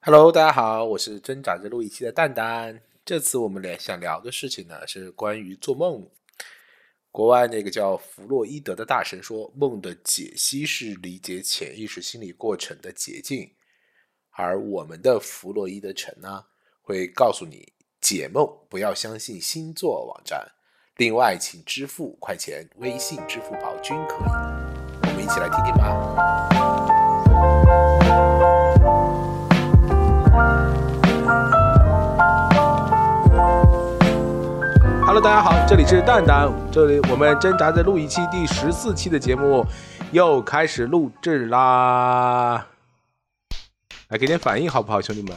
Hello，大家好，我是挣扎着录一期的蛋蛋。这次我们来想聊的事情呢，是关于做梦。国外那个叫弗洛伊德的大神说，梦的解析是理解潜意识心理过程的捷径，而我们的弗洛伊德城呢，会告诉你解梦不要相信星座网站。另外，请支付快钱，微信、支付宝均可以。我们一起来听听吧。Hello，大家好，这里是蛋蛋，这里我们挣扎着录一期第十四期的节目，又开始录制啦！来给点反应好不好，兄弟们？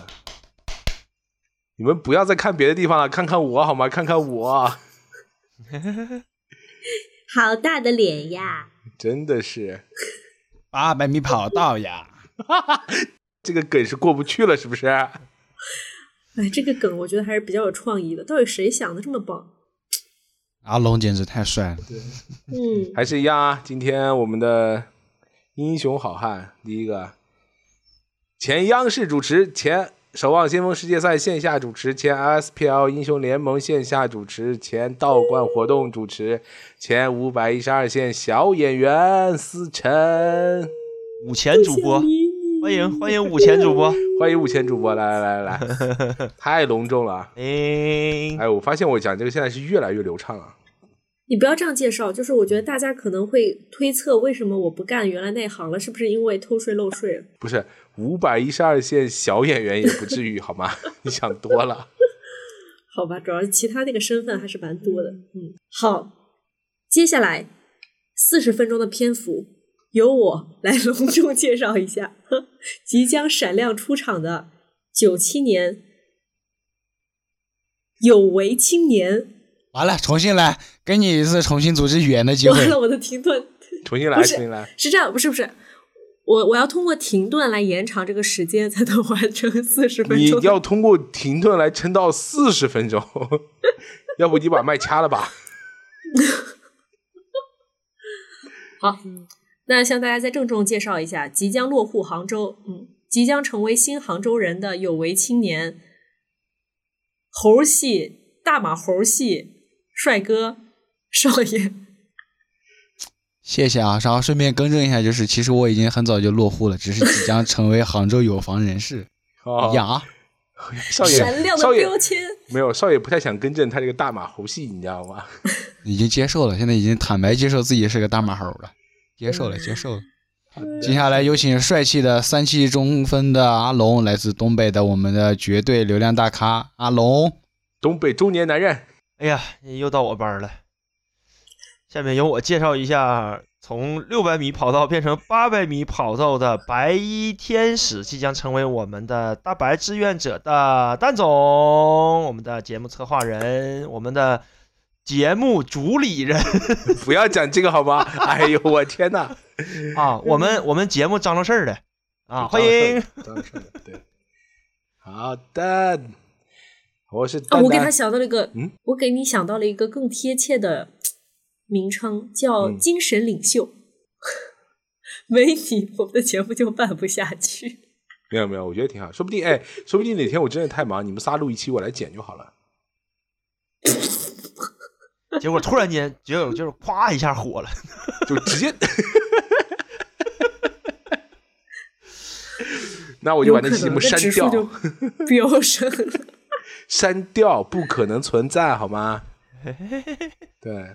你们不要再看别的地方了，看看我好吗？看看我，好大的脸呀！真的是八百米跑道呀！这个梗是过不去了，是不是？哎，这个梗我觉得还是比较有创意的。到底谁想的这么棒？阿龙简直太帅了，嗯，还是一样啊！今天我们的英雄好汉，第一个前央视主持，前守望先锋世界赛线下主持，前 SPL 英雄联盟线下主持，前道观活动主持，前五百一十二线小演员思辰。五前主播，欢迎欢迎五前主播，欢迎五千主播，来来来来来，太隆重 了啊！哎，哎，我发现我讲这个现在是越来越流畅了。你不要这样介绍，就是我觉得大家可能会推测为什么我不干原来那行了，是不是因为偷税漏税了？不是五百一十二线小演员也不至于好吗？你想多了。好吧，主要是其他那个身份还是蛮多的。嗯，好，接下来四十分钟的篇幅，由我来隆重介绍一下即将闪亮出场的九七年有为青年。完了，重新来，给你一次重新组织语言的机完 会。了，我的停顿重新来，不是重新来。是这样，不是不是，我我要通过停顿来延长这个时间，才能完成四十分你钟。要通过停顿来撑到四十分钟， 要不你把麦掐 了吧？好，那向大家再郑重介绍一下，即将落户杭州，嗯，即将成为新杭州人的有为青年，猴儿系大马猴儿系帅哥少爷，谢谢啊，然后顺便更正一下，就是其实我已经很早就落户了，只是即将成为杭州有房人士哦，呀。少 闪爷，亮少的爷标签。没有，少爷不太想更正他这个大马猴戏，你知道吗？ 已经接受了，现在已经坦白接受自己是个大马猴了，接受了，接受了。接下来有请帅气的三期中分的阿龙，来自东北的我们的绝对流量大咖阿龙。东北中年男人， 哎呀，又到我班儿了。下面由我介绍一下，从六百米跑道变成八百米跑道的白衣天使，即将成为我们的大白志愿者的蛋总，我们的节目策划人，我们的节目主理人不要讲这个 好吗？哎呦，我天哪！ 啊，我们我们节目张罗事儿的啊，欢迎。当然是的，对，好的，我是啊，蛋我给他蛋，想到了一个，嗯我给你想到了一个更贴切的名称，叫嗯精神领袖。没你，我们的节目就办不下去。没有没有，我觉得挺好，说不定哎，说不定哪天我真的太忙，你们仨录一期，我来剪就好了。结果突然间，结果就是咵一下火了。就直 接。那我就有把可那能期节目那删指数就掉， 飙升了。删掉，不可能存在，好吗？对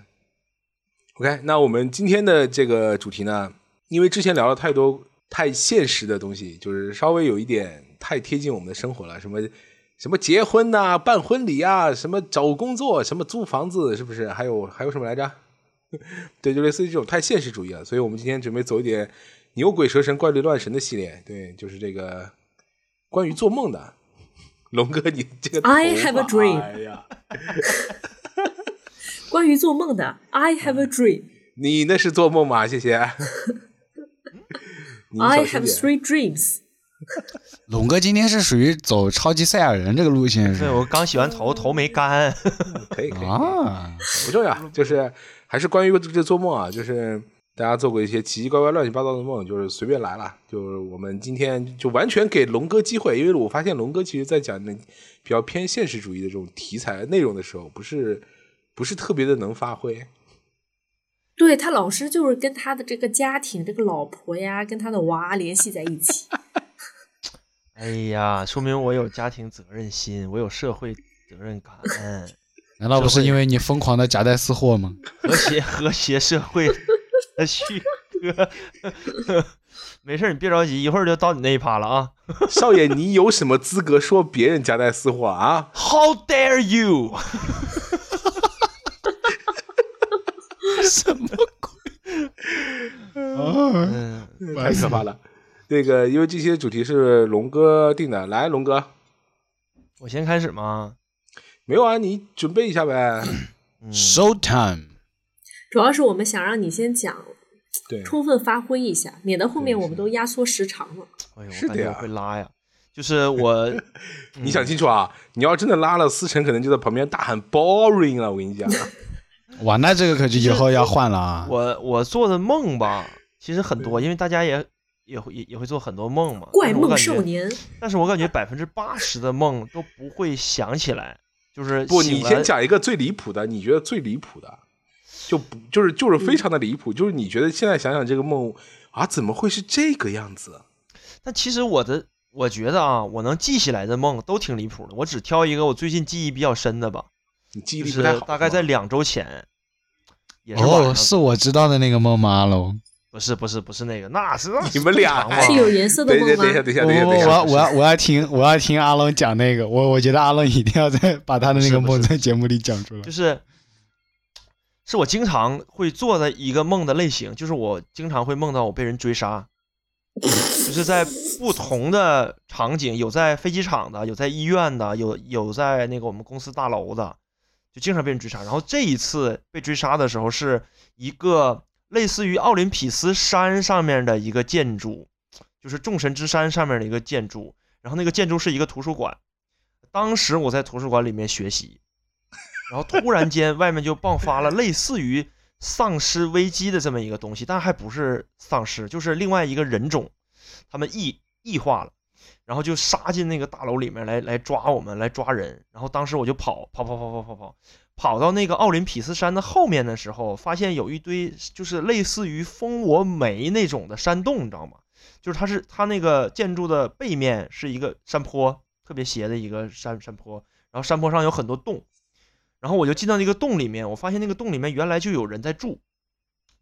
，OK，那我们今天的这个主题呢，因为之前聊了太多太现实的东西，就是稍微有一点太贴近我们的生活了，什么什么结婚呐、办婚礼啊，什么找工作，什么租房子，是不是？还有还有什么来着？ 对，就类似于这种太现实主义了，所以我们今天准备走一点牛鬼蛇神、怪力乱神的系列，对，就是这个关于做梦的。 龙哥，你这个 I 头 have a 发 dream 哎呀，关于做梦的，I have a 嗯 dream, 你那是做梦吗？谢谢。你 I 小 have 心 three dreams。龙哥今天是属于走超级赛亚人这个路线是对，吧我刚洗完头，头没干。点，可以可以，啊，不重要，就是还是关于这做梦啊，就是大家做过一些奇奇怪怪、乱七八糟的梦，就是随便来了。就是我们今天就完全给龙哥机会，因为我发现龙哥其实在讲那比较偏现实主义的这种题材内容的时候，不是 不是特别的能发挥。对他老是就是跟他的这个家庭、这个老婆呀，跟他的娃联系在一起。 哎呀，说明我有家庭责任心，我有社会责任感。难道不是因为你疯狂的夹带私货吗？和谐和谐社会的旭哥， 没事儿，你别着急，一会儿就到你那一趴了啊。少爷，你有什么资格说别人夹带私货啊？ How dare you！ 什么鬼？啊！ 嗯，太可怕了。那个，因为这些主题是龙哥定的，来，龙哥，我先开始吗？没有啊，你准备一 下呗。嗯 Show time！主要是我们想让你先讲，对，充分发挥一下，免得后面对我们都压缩时长了。哎呦，是我的感觉呀我会拉呀。就是我，你想清楚啊，你要真的拉了，思成可能就在旁边大喊 boring 了。我跟你 讲，哇，那这个可就以后要换了啊！我我做的梦吧，其实很多，因为大家也也会也也会做很多梦嘛。嗯怪但是我梦感觉哦少，年，但是我感觉百分之八十的梦都不会想起来，就是不，醒你来先讲一个最离谱的，你觉得最离谱的，就不就是就是非常的离嗯谱，就是你觉得现在想想这个梦啊，怎么会是这个样子？但其实我的，我觉得啊，我能记起来的梦都挺离谱的。我只挑一个我最近记忆比较深的吧，你记忆就力不太是好，大概是吧在两周前，也是晚哦，上，是我知道的那个梦吗？阿龙，不是不是不是那个，那是你们俩那是正常有嘛颜色的等一梦下，吗等一？下，等一下，不等一下，不，等我一下要我要我要听我要听阿龙讲那个，我我觉得阿龙一定要再把他的那个不是梦不是在节目里讲出来就。是是我经常会做的一个梦的类型，就是我经常会梦到我被人追杀，就是在不同的场景，有在飞机场的，有在医院的，有有在那个我们公司大楼的，就经常被人追杀。然后这一次被追杀的时候，是一个类似于奥林匹斯山上面的一个建筑，就是众神之山上面的一个建筑。然后那个建筑是一个图书馆，当时我在图书馆里面学习，然后突然间外面就爆发了类似于丧尸危机的这么一个东西，但还不是丧尸，就是另外一个人种，他们异异化了，然后就杀进那个大楼里面来来抓我们，来抓人。然后当时我就跑跑跑跑跑跑跑，跑到那个奥林匹斯山的后面的时候，发现有一堆就是类似于蜂窝煤那种的山洞，你知道吗？就是它是它那个建筑的背面是一个山坡，特别斜的一个山山坡，然后山坡上有很多洞，然后我就进到那个洞里面，我发现那个洞里面原来就有人在住，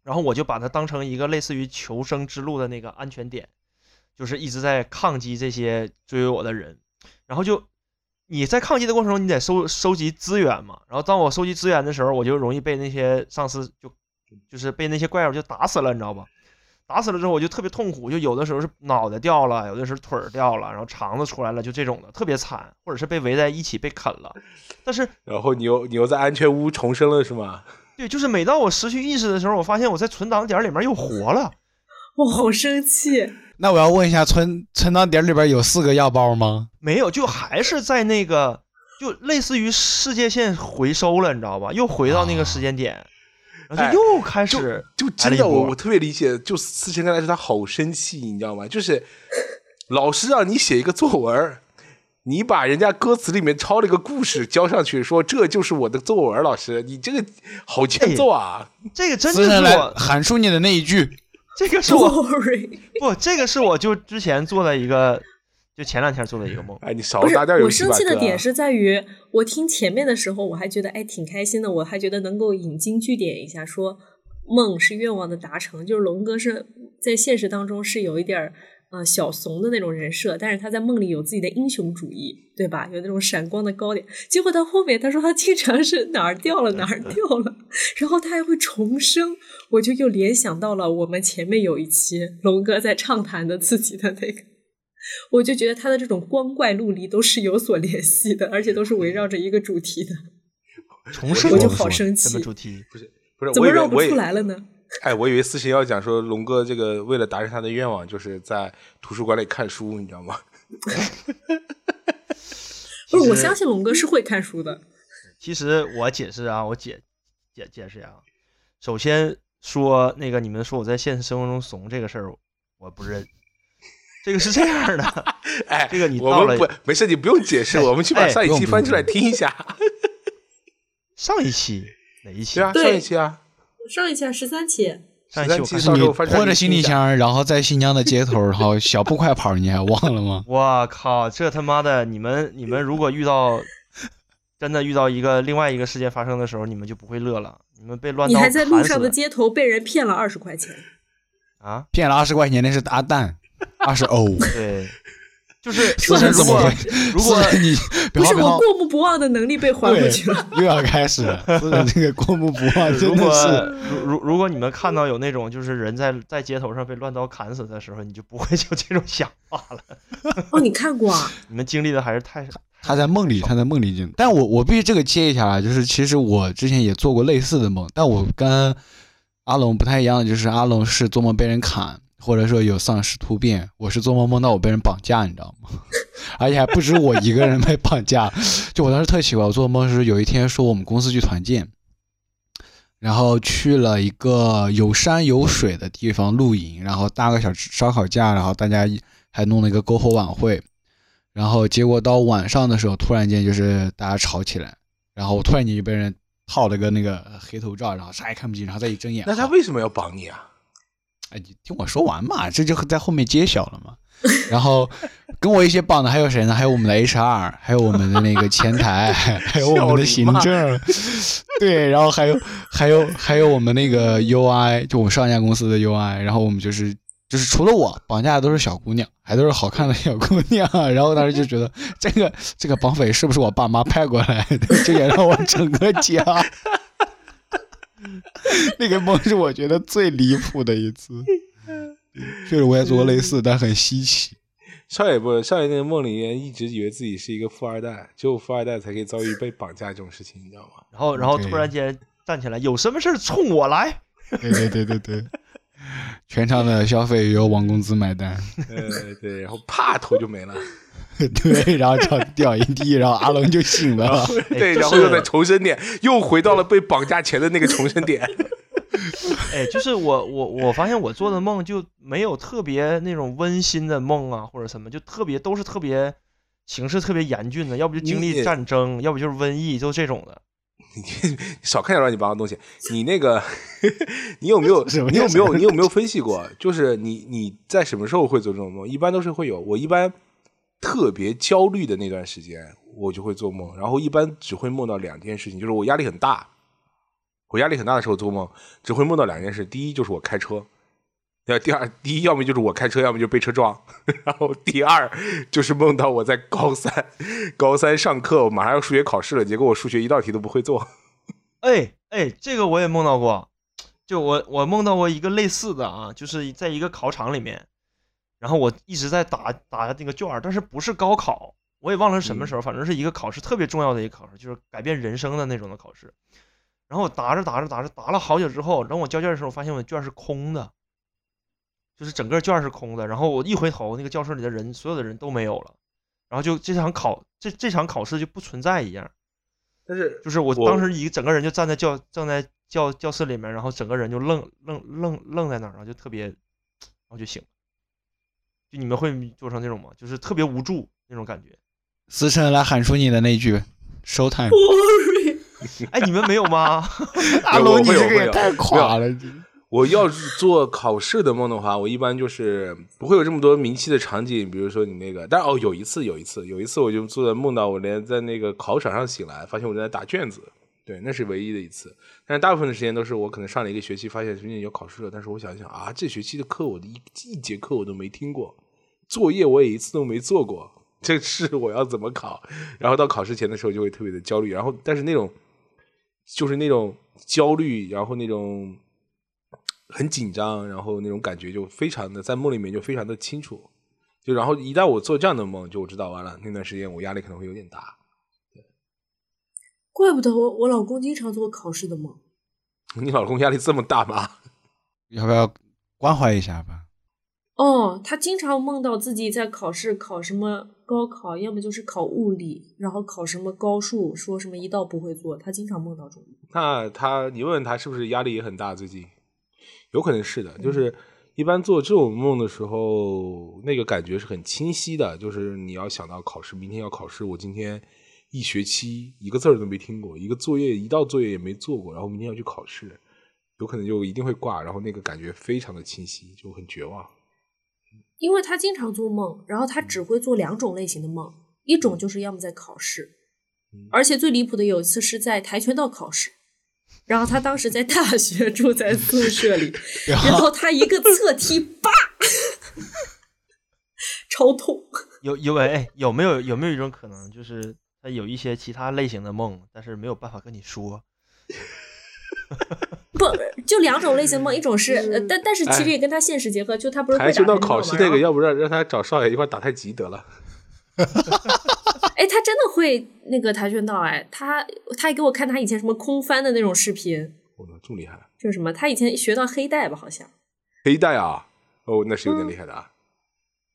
然后我就把它当成一个类似于求生之路的那个安全点，就是一直在抗击这些追我的人，然后就你在抗击的过程中，你得收收集资源嘛，然后当我收集资源的时候，我就容易被那些丧尸就就是被那些怪物就打死了，你知道吧？打死了之后，我就特别痛苦，就有的时候是脑袋掉了，有的时候腿儿掉了，然后肠子出来了，就这种的，特别惨，或者是被围在一起被啃了。但是然后你又你又在安全屋重生了是吗？对，就是每当我失去意识的时候，我发现我在存档点里面又活了。我好生气！那我要问一下，存存档点里边有四个药包吗？没有，就还是在那个，就类似于世界线回收了，你知道吧？又回到那个时间点，然后就又开就始，就来了真一的我波我特别理解，就思成刚才说他好生气，你知道吗？就是老师让你写一个作文儿，你把人家歌词里面抄了一个故事交上去，说这就是我的作文儿。老师，你这个好欠揍啊！这个真的思成是来我，喊出你的那一句，这个是我 Sorry，不，这个是我就之前做的一个，就前两天做的一个梦。哎，你少不是打点游我戏生吧。气的哥点是在于，我听前面的时候，我还觉得哎挺开心的，我还觉得能够引经据典一下，说梦是愿望的达成，就是龙哥是在现实当中是有一点儿。呃，小怂的那种人设，但是他在梦里有自己的英雄主义，对吧？有那种闪光的高点。结果到后面，他说他经常是哪儿掉了哪儿掉了， 然后他还会重生，我就又联想到了我们前面有一期龙哥在畅谈的自己的那个我就觉得他的这种光怪陆离都是有所联系的，而且都是围绕着一个主题的，重生我了就是好吗生什气么，主题？不是怎么我以为绕不我以出来了呢？哎，我以为思成要讲说龙哥这个为了达成他的愿望，就是在图书馆里看书，你知道吗？ 不是，我其实相信龙哥是会看书的，其实我解释啊，我解解解释啊。首先，说那个你们说我在现实生活中怂这个事儿，我不认。这个是这样的，哎，这个你我到们了不没事，你不用解释，我们去把哎上一不用期不翻用出来听一下，上一期哪一期对？啊，对上一期啊，上一期十三期，上一期我13看期是到时你候翻出来拖着你行听李一下箱，然后在新疆的街头，然后小步快跑，你还忘了吗？我靠，这他妈的，你们你们如果遇到真的遇到一个另外一个事件发生的时候，你们就不会乐了，你们被乱你刀还砍死在路上的街头被人骗了二十块钱，啊！骗了二十块钱，那是阿蛋，二十 欧。对， 就是四就十是怎如么果回事？如果四十你不别是慌别我慌，过目不忘的能力被还回去了。又要开始了，真的这个过目不忘， 如哎真的果是。如如如果你们看到有那种就是人在在街头上被乱刀砍死的时候，你就不会 有这种想法了。 哦，你看过啊？你们经历的还是太少他在梦里，他在梦里进。但我我必须这个接一下啊，就是其实我之前也做过类似的梦，但我跟阿龙不太一样，就是阿龙是做梦被人砍，或者说有丧尸突变，我是做梦梦到我被人绑架，你知道吗？而且还不止我一个人被绑架， 就我当时特奇怪，我做梦是有一天说我们公司去团建，然后去了一个有山有水的地方露营，然后搭个小吃烧烤架，然后大家一还弄了一个篝火晚会，然后结果到晚上的时候，突然间就是大家吵起来，然后我突然间就被人套了个那个黑头罩，然后啥也看不清，然后再一睁眼，那他为什么要绑你啊？哎，你听我说完嘛，这就在后面揭晓了嘛。然后跟我一起绑的还有谁呢？还有我们的 HR，还有我们的那个前台，还有我们的行政，对，然后还有还有还有我们那个 UI，就我们上一家公司的 UI。然后我们就是就是除了我绑架的都是小姑娘，还都是好看的小姑娘。然后当时就觉得这个这个绑匪是不是我爸妈派过来的？这也让我整个家。那个梦是我觉得最离谱的一次。确实我也做过类似，但很稀奇。少爷不，少爷那个梦里面一直以为自己是一个富二代，只有富二代才可以遭遇被绑架这种事情，你知道 吗？然后然后对突然间站起来，有什么事儿冲我来。对对对对对，全场的消费由王公子买单。 呃，对，然后啪头就没 了，对，然后脚掉一地，然后阿龙就醒了。对，哎就然后又是在重生点，又回到了被绑架前的那个重生点。哎，就是我我我发现我做的梦就没有特别那种温馨的梦啊，或者什么，就特别都是特别形势特别严峻的，要不就经你历战争，要不就是瘟疫，就这种的。少看点乱七八糟的东西。你那个， 你有没有？什么你有叫没有？你有没有分析过？就是你你在什么时候会做这种梦？一般都是会有。我一般特别焦虑的那段时间，我就会做梦，然后一般只会梦到两件事情，就是我压力很大，我压力很大的时候做梦，只会梦到两件事。第一就是我开车。那第二，第一要么就是我开车，要么就被车撞。 然后第二就是梦到我在高三，高三上课，我马上要数学考试了，结果我数学一道题都不会做。哎哎，这个我也梦到过，就我我梦到过一个类似的啊，就是在一个考场里面，然后我一直在打打那个卷儿，但是不是高考，我也忘了是什么时候，反正是一个考试特别重要的一个考试，就是改变人生的那种的考试。然后我答着答着答着答了好久之后，然后我交卷的时候发现我卷是空的，就是整个卷是空的。然后我一回头，那个教室里的人所有的人都没有了，然后就这场考这这场考试就不存在一样。但是就是我我当时一整个人就站在教站在教教室里面，然后整个人就愣愣愣愣在那儿，然后就特别，然后就醒了。就你们会做成这种吗？就是特别无助那种感觉。思辰来喊出你的那一句，show time。 Worry 哎，你们没有吗？嗯 阿龙，你会有这个会也有太垮了。我要是做考试的梦的话，我一般就是不会有这么多明晰的场景，比如说你那个，但是哦，有一次，有一次，有一次我就做的梦到我连在那个考场上醒来，发现我正在打卷子，对，那是唯一的一次。但是大部分的时间都是我可能上了一个学期，发现最近有考试了，但是我想一想啊，这学期的课我的一一节课我都没听过，作业我也一次都没做过，这事我要怎么考？然后到考试前的时候就会特别的焦虑，然后但是那种就是那种焦虑，然后那种很紧张，然后那种感觉就非常的在梦里面就非常的清楚，就然后一旦我做这样的梦，就我知道完了那段时间我压力可能会有点大，怪不得我我老公经常做考试的梦。你老公压力这么大吗？要不要关怀一下吧？哦，他经常梦到自己在考试，考什么高考，要么就是考物理，然后考什么高数，说什么一道不会做。他经常梦到这种。那他你问问他是不是压力也很大最近？有可能是的，就是嗯一般做这种梦的时候，那个感觉是很清晰的，就是你要想到考试，明天要考试，我今天一学期一个字儿都没听过，一个作业一道作业也没做过，然后明天要去考试，有可能就一定会挂，然后那个感觉非常的清晰，就很绝望。因为他经常做梦，然后他只会做两种类型的梦，一种就是要么在考试，嗯而且最离谱的有一次是在跆拳道考试，然后他当时在大学住在宿舍 里，然然后他一个侧踢，叭，超痛。有有哎，有没有有没有一种可能，就是他有一些其他类型的梦，但是没有办法跟你说？不，就两种类型梦，一种是，呃但但是其实也跟他现实结合，就他不是会哎跆打拳道道考试吗那个，然后要不让让他找少爷一块儿打太极得了。哎，他真的会那个跆拳道，哎，他他还给我看他以前什么空翻的那种视频，我操，哦这么厉害！就是什么，他以前学到黑带吧，好像黑带啊，哦，那是有嗯点厉害的啊。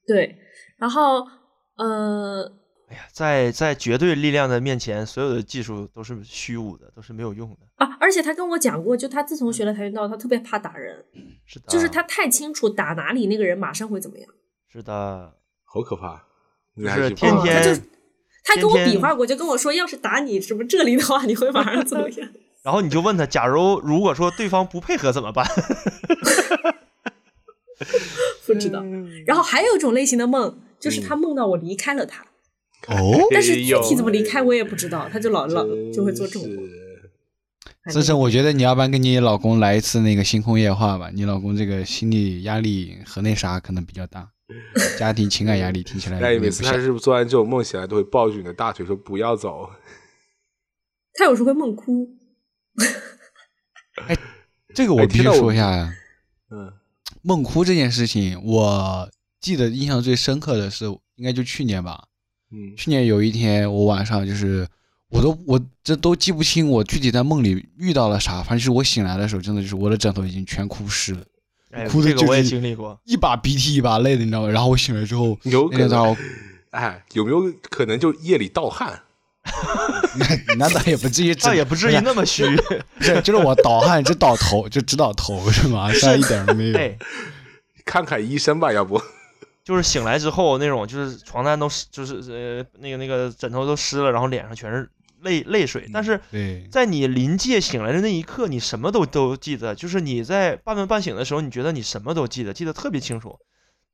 对，然后呃，哎呀，在在绝对力量的面前，所有的技术都是虚无的，都是没有用的。啊，而且他跟我讲过，就他自从学了跆拳道，他特别怕打啊人，是的，就是他太清楚打哪里那个人马上会怎么样。是的，好可怕！就就是天哦他就天是，他跟我天天比划过，就跟我说，要是打你什么这里的话，你会马上怎么 样？然后你就问他，假如如果说对方不配合怎么办？不知道。嗯然后还有一种类型的梦，就是他梦到我离开了他，嗯哦，但是具体怎么哎离开我也也不知道，他就老老就会做这种梦。反森正森，我觉得你要不然跟你老公来一次那个星空夜话吧，你老公这个心理压力和那啥可能比较大，家庭情感压力听 起来但有每点次不他小。是不是做完这种梦起来都会抱住你的大腿说不要走？他有时候会梦哭，这个我哎必须听到我说一下呀，嗯梦哭这件事情，我记得印象最深刻的是应该就去年吧，嗯去年有一天，我晚上就是，我都我这都记不清我具体在梦里遇到了啥，反正是我醒来的时候，真的就是我的枕头已经全哭湿了，哎，哭的这个就我也是经 历过。一把鼻涕一把泪的，你知道吗？然后我醒来之后，有可那天早上能我，哎，有没有可能就夜里盗汗？那那哎倒也不至于，倒也不哎至于 那么虚，不 是，就是我倒汗只倒头，就只倒头是 吗？上一点儿都没有。哎，看看医生吧，要不？哦 就是醒来之后那种，就是床单都湿，就是呃那个那个枕头都湿了，然后脸上全是泪泪水。但是嗯对，在你临界醒来的那一刻，你什么都都记得，就是你在半梦半醒的时候，你觉得你什么都记得，记得特别清楚。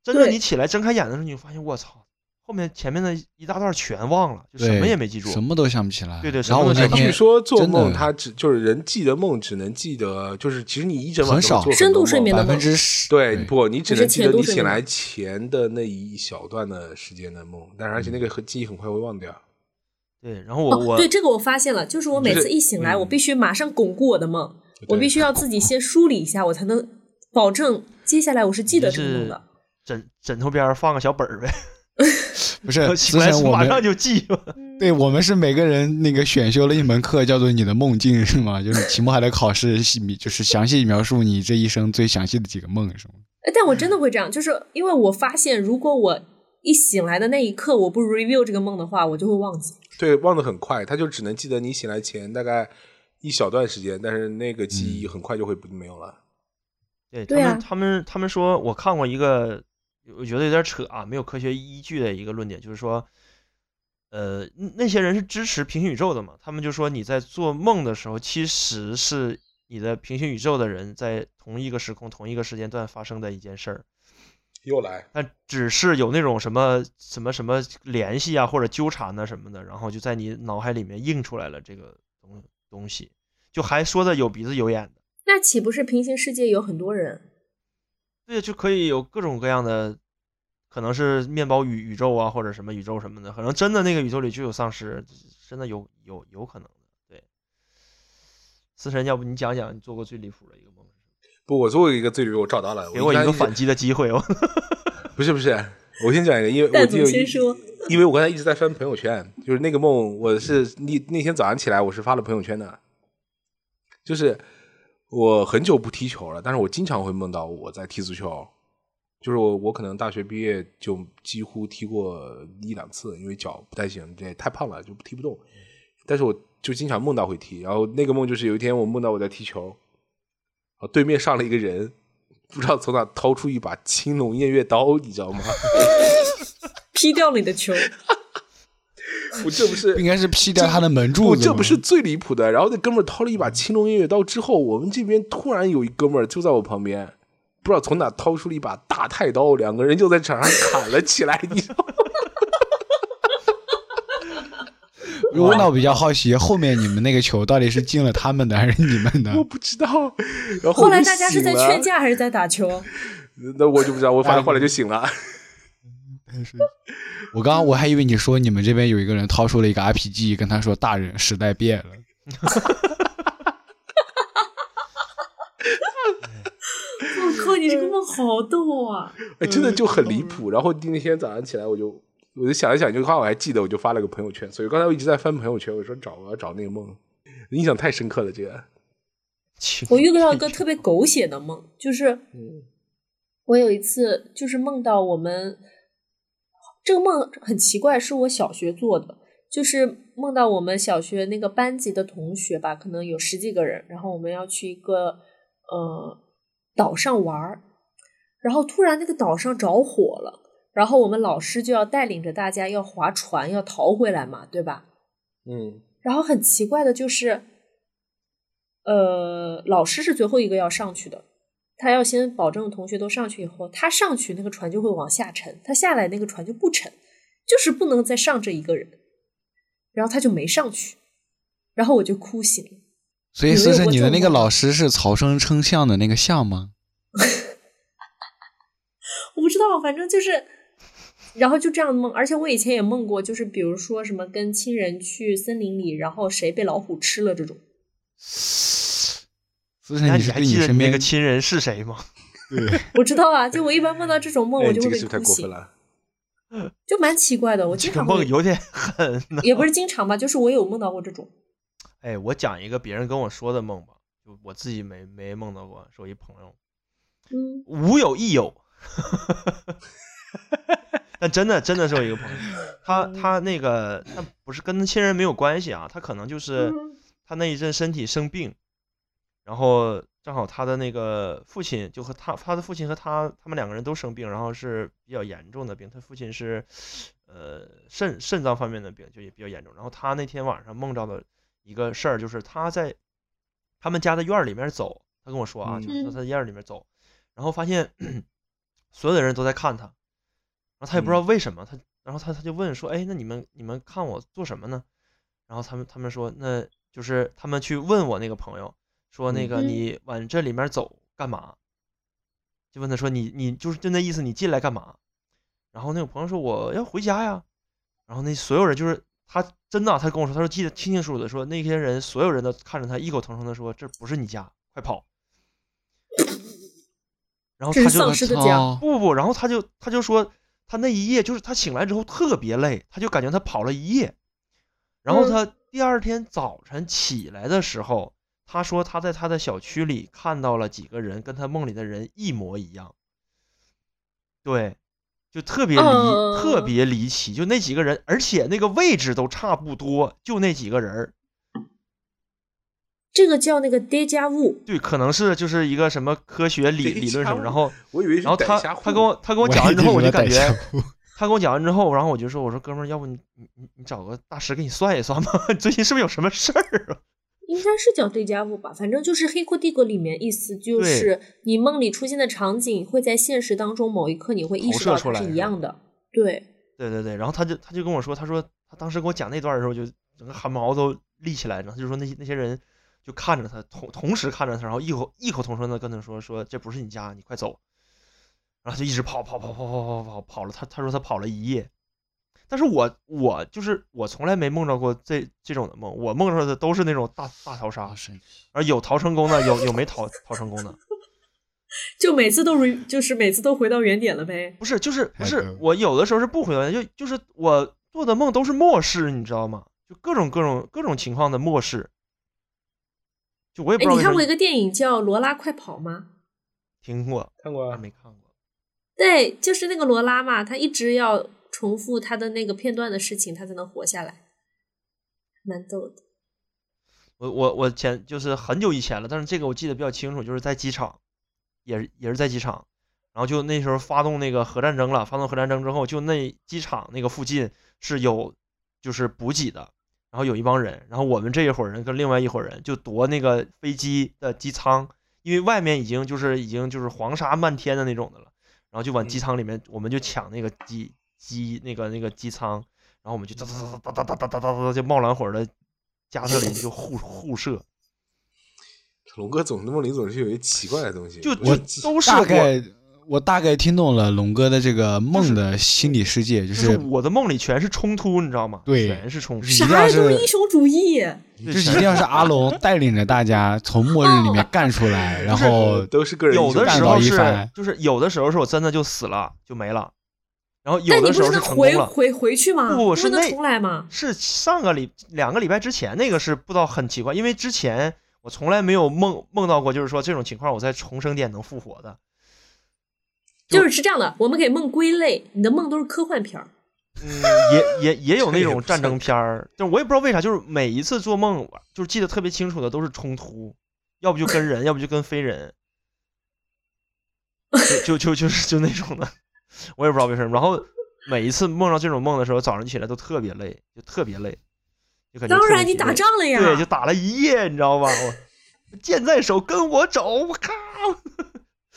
真的，对你起来睁开眼的时候，你就发现我操，后面前面的一大段全忘了，就什么对也没记住。什么都想不起来。对对什然么后我都那想不起天据说做真的梦，他只就是人记得梦，只能记得就是其实你一整晚很都少做深多度睡梦眠百的分之十，对，不，你只你能是记浅得度你睡醒眠来前的那一小段的时间的梦，但是嗯而且那个很记忆很快会忘掉。对，然后我、哦，我对这个我发现了，就是我每就是次一醒来，嗯我必须马上巩固我的梦，我对必须要自己先梳理一下，我才能保证接下来我是记得这个梦的。枕枕头边儿放个小本儿呗，，不是 之醒来前我马们上就记。对我们是每个人那个选修了一门课，叫做你的梦境是吗？就是题目还得考试，细就是详细描述你这一生最详细的几个梦是吗？哎但我真的会这样，就是因为我发现，如果我一醒来的那一刻我不 review 这个梦的话，我就会忘记。对，忘得很快，他就只能记得你醒来前大概一小段时间，但是那个记忆嗯很快就会不没有了。对他对们，啊他们他们说，我看过一个，我觉得有点扯啊，没有科学依据的一个论点，就是说，呃，那那些人是支持平行宇宙的嘛？他们就说你在做梦的时候，其实是你的平行宇宙的人在同一个时空、同一个时间段发生的一件事儿，又来，但只是有那种什么什么什么联系啊，或者纠缠呐、什么的，然后就在你脑海里面映出来了这个东东西，就还说的有鼻子有眼的。那岂不是平行世界有很多人？对，就可以有各种各样的，可能是面包宇宇宙啊，或者什么宇宙什么的，可能真的那个宇宙里就有丧尸，真的有有有可能的。对，思神，要不你讲讲你做过最离谱的一个梦是不，我做过一个最离谱，我找到了，什么？给我一刚个直反击的机会哦。 不是不是，我先讲一个，因为我戴就总先 说，因为我刚才一直在翻朋友圈，就是那个梦，我是那那天早上起来我是发了朋友圈的，就是我很久不踢球了，但是我经常会梦到我在踢足球，就是我我可能大学毕业就几乎踢过一两次，因为脚不太行，这太胖了就踢不动，但是我就经常梦到会踢，然后那个梦就是有一天我梦到我在踢球，啊，对面上了一个人，不知道从哪掏出一把青龙偃月刀，你知道吗？ 劈掉了你的球，我这不是应该是劈掉他的门柱不，子吗。这不是最离谱的。然后那哥们儿掏了一把青龙偃月刀之后，我们这边突然有一哥们儿就在我旁边，不知道从哪掏出了一把大太刀，两个人就在场上砍了起来。你知道吗我那我比较好奇，后面你们那个球到底是进了他们的还是你们的我？不知道。然后后来我就大家是醒在了劝，架还是在打 球？那我就不知道。我反正后来就醒了。我刚刚我还以为你说你们这边有一个人掏出了一个 RPG，跟他说大人时代变了。我靠，你这个梦好逗啊！哎，真的就很离谱。然后第那天早上起来，我就我就想一想，这句话我还记得，我就发了个朋友圈。所以刚才我一直在翻朋友圈，我说找我要找那个梦，印象太深刻了。这个，我遇到一个特别狗血的梦，就是嗯我有一次就是梦到我们这个梦很奇怪，是我小学做的，就是梦到我们小学那个班级的同学吧，可能有十几个人，然后我们要去一个呃岛上玩儿，然后突然那个岛上着火了，然后我们老师就要带领着大家要划船要逃回来嘛，对吧？嗯然后很奇怪的就是，呃，老师是最后一个要上去的，他要先保证同学都上去以后，他上去那个船就会往下沉，他下来那个船就不沉，就是不能再上这一个人，然后他就没上去，然后我就哭醒了。所以思是你的那个老师是曹生称象的那个象吗？我不知道，反正就是，然后就这样梦，而且我以前也梦过，就是比如说什么跟亲人去森林里，然后谁被老虎吃了这种。思是那你是还对记得身你那边个亲人是谁吗？我知道啊，就我一般梦到这种梦，哎，我你就这会被个是不是哭太过分醒，了？就蛮奇怪的。我这经个常会梦有点 狠呢。也不是经常吧，就是我有梦到过这种。哎，我讲一个别人跟我说的梦吧，就我自己没没梦到过，是我一朋友，嗯，无有亦有。 但真的真的是我一个朋友，他他那个他不是跟亲人没有关系啊，他可能嗯就是他那一阵身体生病，然后正好他的那个父亲就和他他的父亲和他他们两个人都生病，然后是比较严重的病，他父亲是呃肾肾脏方面的病，就也比较严重。然后他那天晚上梦到的一个事儿就是他在他们家的院儿里面走，他跟我说啊，嗯就是嗯他在院儿里面走，然后发现 所有的人都在看他，然后他也不知道为什么，他然后他他就问说，哎，那你们你们看我做什么呢？然后他们他们说，那就是他们去问我那个朋友说，那个嗯你往这里面走干嘛？就问他说你你就是就那意思，你进来干嘛？然后那个朋友说我要回家呀。然后那所有人就是他真的啊、他跟我说，他说记得清清楚楚的说，那些人所有人都看着他，异口同声的说这不是你家，快跑。 然后这他是就丧尸的家。哦不不不，然后他就他就说他那一夜就是他醒来之后特别累，他就感觉他跑了一夜，然后嗯他第二天早晨起来的时候，他说他在他的小区里看到了几个人跟他梦里的人一模一样，对，就特别离、特嗯别离奇，就那几个人，而且那个位置都差不多，就那几个人儿，这个叫那个 deja vu，对，可能是就是一个什么科学理理论什么，然后我以为是然后他逮瞎他混跟我他跟我也讲完之后，以我就为感逮觉。小姑他跟我讲完之后，然后我就说：“我说哥们儿，要不你你你你找个大师给你算一算吧， 最近是不是有什么事儿啊 应该是叫 deja vu 吧，反正就是《黑客帝国》里面意思就对是你梦里出现的场景会在现实当中某一刻你会意识到投射它出来是一是吧样的。对，？”对对对，然后他就他就跟我说：“他说他当时给我讲那段的时候，就整个汗毛都立起来，然后他就说那些那些人就看着他，同同时看着他，然后异口异口同声的跟他说：说这不是你家，你快走。”然后就一直跑跑跑跑跑跑跑跑了，他他说他跑了一夜，但是我我就是我从来没梦着过这这种的梦，我梦着的都是那种大大逃杀好，神奇而有逃成功的，有有没逃逃成功的。就每次都 re, 就是每次都回到原点了呗。不是，就是不太是坑我有的时候是不回答，就就是我做的梦都是末世，你知道吗？就各种各种各种情况的末世。就我也不哎，知道你为什看么过一个电影叫《罗拉快跑》吗？听过，看过但啊是，没看过。对，就是那个罗拉嘛，她一直要重复她的那个片段的事情，她才能活下来，蛮逗的。我我我前就是很久以前了，但是这个我记得比较清楚，就是在机场，也是也是在机场，然后就那时候发动那个核战争了，发动核战争之后，就那机场那个附近是有就是补给的，然后有一帮人，然后我们这一伙人跟另外一伙人就夺那个飞机的机舱，因为外面已经就是已经就是黄沙漫天的那种的了，然后就往机舱里面，我们就抢那个机机那个那个机舱，然后我们就哒嗯哒哒哒哒哒哒哒哒哒就冒蓝火的加特林就互互射，龙哥总那么里总是有一奇怪的东西，就我就都是大我概我大概听懂了龙哥的这个梦的心理世界，就就是是我的梦里全是冲突，你知道吗？对全是冲突，是一定啥要人都是是英雄主义，就就是一定要是阿龙带领着大家从末日 里面干出来，然后都是个人有英雄的主义时干倒候一是番就是有的时候是我真的就死了就没了，然后有但你的时不候是能成功回了。回回去吗？不不不是能那重来吗？是上个礼两个礼拜之前那个是不知道很奇怪，因为之前我从来没有梦梦到过，就是说这种情况我在重生点能复活的。就就是是这样的，我们给梦归类，你的梦都是科幻片儿。嗯，也也也有那种战争片儿，但我也不知道为啥，就是每一次做梦就是记得特别清楚的都是冲突，要不就跟人，要不就跟非人，就就就就是就那种的，我也不知道为什么。然后每一次梦到这种梦的时候，早上起来都特别累，就特别累，就感觉当特别然你疲打惫仗了啊呀，对，就打了一夜，你知道吧？我剑在手，跟我走，我靠，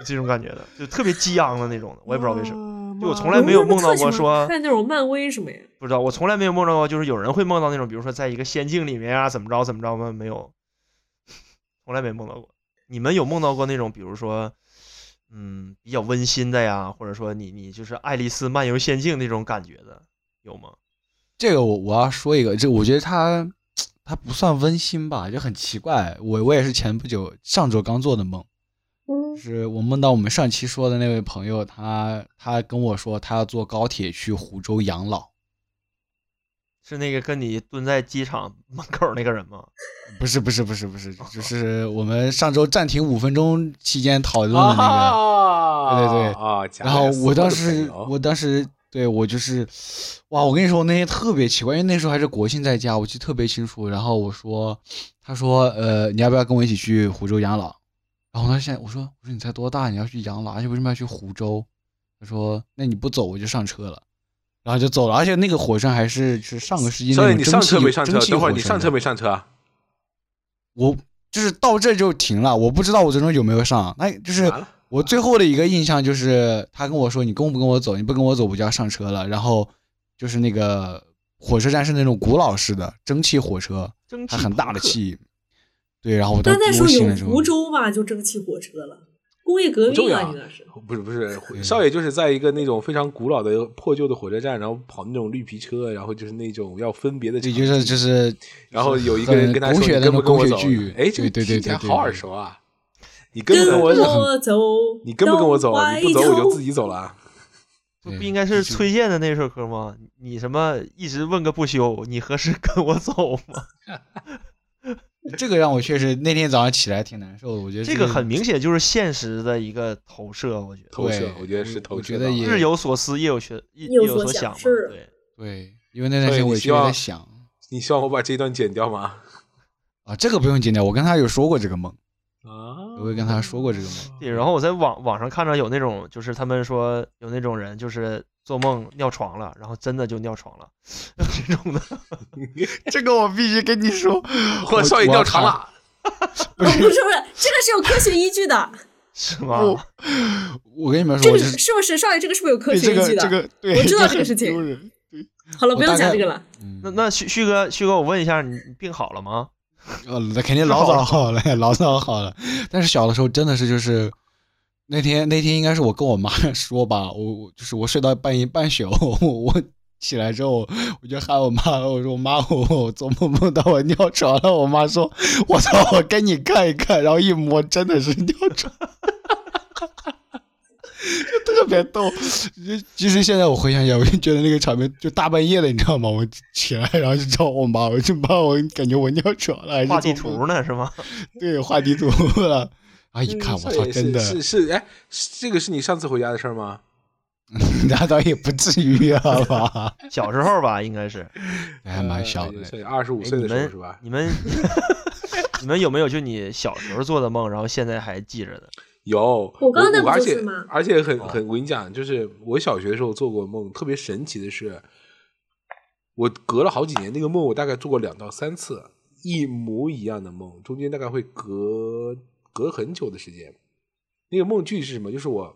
就这种感觉的，就特别激昂的那种的，我也不知道为什么，哦么就我从来没有梦到过说，看那种漫威什么呀？不知道，我从来没有梦到过，就是有人会梦到那种，比如说在一个仙境里面啊，怎么着怎么着吗？没有，从来没梦到过。你们有梦到过那种，比如说，嗯，比较温馨的呀，或者说你你就是《爱丽丝漫游仙境》那种感觉的，有吗？这个我我要说一个，这我觉得它它不算温馨吧，就很奇怪。我我也是前不久上周刚做的梦，就嗯，是我梦到我们上期说的那位朋友，他他跟我说他要坐高铁去湖州养老，是那个跟你蹲在机场门口那个人吗？不是不是不是不是，就是我们上周暂停五分钟期间讨论的那个。啊，对对对啊，贾然后乃斯我当的朋时友我当时对我就是，哇！我跟你说，我那天特别奇怪，因为那时候还是国庆在家，我记得特别清楚。然后我说，他说，呃，你要不要跟我一起去湖州养老？然后我当时想，我说，我说你才多大，你要去养老，而且为什么要去湖州？他说，那你不走我就上车了，然后就走了。而且那个火车还是是上个世纪少那爷种你蒸上汽车没上车蒸？汽等会儿火你车上车呢没上车啊？我就是到这就停了，我不知道我最终有没有上。那就是完了我最后的一个印象就是，他跟我说你跟不跟我走，你不跟我走我就要上车了。然后就是那个火车站是那种古老式的蒸汽火车，蒸汽它很大朋的克气。对，然后我当但那时时候我醒有的时候湖，州嘛，就蒸汽火车了，工业革不重命要啊，你那是。不是不是，少爷就是在一个那种非常古老的破旧的火车站，然后跑那种绿皮车，然后就是那种要分别的场对，景，就是就是，然后有一个很人跟他狗说：“血的你跟那不种跟我狗血走剧？”，哎，这个对对听对起来对，好对耳熟啊！你跟不跟我走我走，你跟不跟我走到啊？你不走白我就头自己走了啊。不对不应该是就崔健的那首歌吗？你什么一直问个不休，你何时跟我走吗？这个让我确实那天早上起来挺难受的。我觉得这个个很明显就是现实的一个投射，我觉得投射对，我觉得是我投我射觉到得了也日有所思，夜有学，夜夜有有所所想想嘛。是对，对，因为那段时所以间你我希确实在望想你希望我把这一段剪掉吗？啊，这个不用剪掉，我跟他有说过这个梦。啊我也跟他说过这个嘛对，然后我在网网上看到有那种，就是他们说有那种人，就是做梦尿床了，然后真的就尿床了，这种的。这个我必须跟你 说， 或者少爷我尿床。我了， 哦，不是不是，这个是有科学依据 的，是吗？要我跟你们这说，我个就是是不是少爷？这个是不是有科对学这依据个的？这个，对，我知 道就这个事很情丢人。好了，我不用大讲概这个了。嗯那那旭旭哥，旭哥，我问一下，你你病好了吗？呃，那肯定老早好了，老早好了。但是小的时候真的是就是那天那天应该是我跟我妈 说吧，我我就是我睡到半夜半宿，我我起来之后我就喊我妈，我说妈，我我做梦梦到我尿床了。我妈说，我操，我给你看一看。然后一摸，真的是尿床。 就特别逗，就其实现在我回想起来，我就觉得那个场面就大半夜的，你知道吗？我起来然后就找我妈，我就妈，我感觉我尿床了，还是画地做梦图呢，是吗？对，画地图了。啊，一看，我少嗯操，爷真的，是是是，哎，是这个是你上次回家的事儿吗？ 那倒也不至于啊 吧，小时候吧，应该是。还蛮小的。呃二十五哎岁你的时候们是吧？你们 你们有没有就你小时候做的梦，然后现在还记着的？有，我刚才不而就是且吗而且哦很很，我跟你讲，就是我小学的时候做过梦，特别神奇的是，我隔了好几年，那个梦我大概做过两到三次，一模一样的梦，中间大概会隔隔很久的时间。那个梦具体是什么？就是我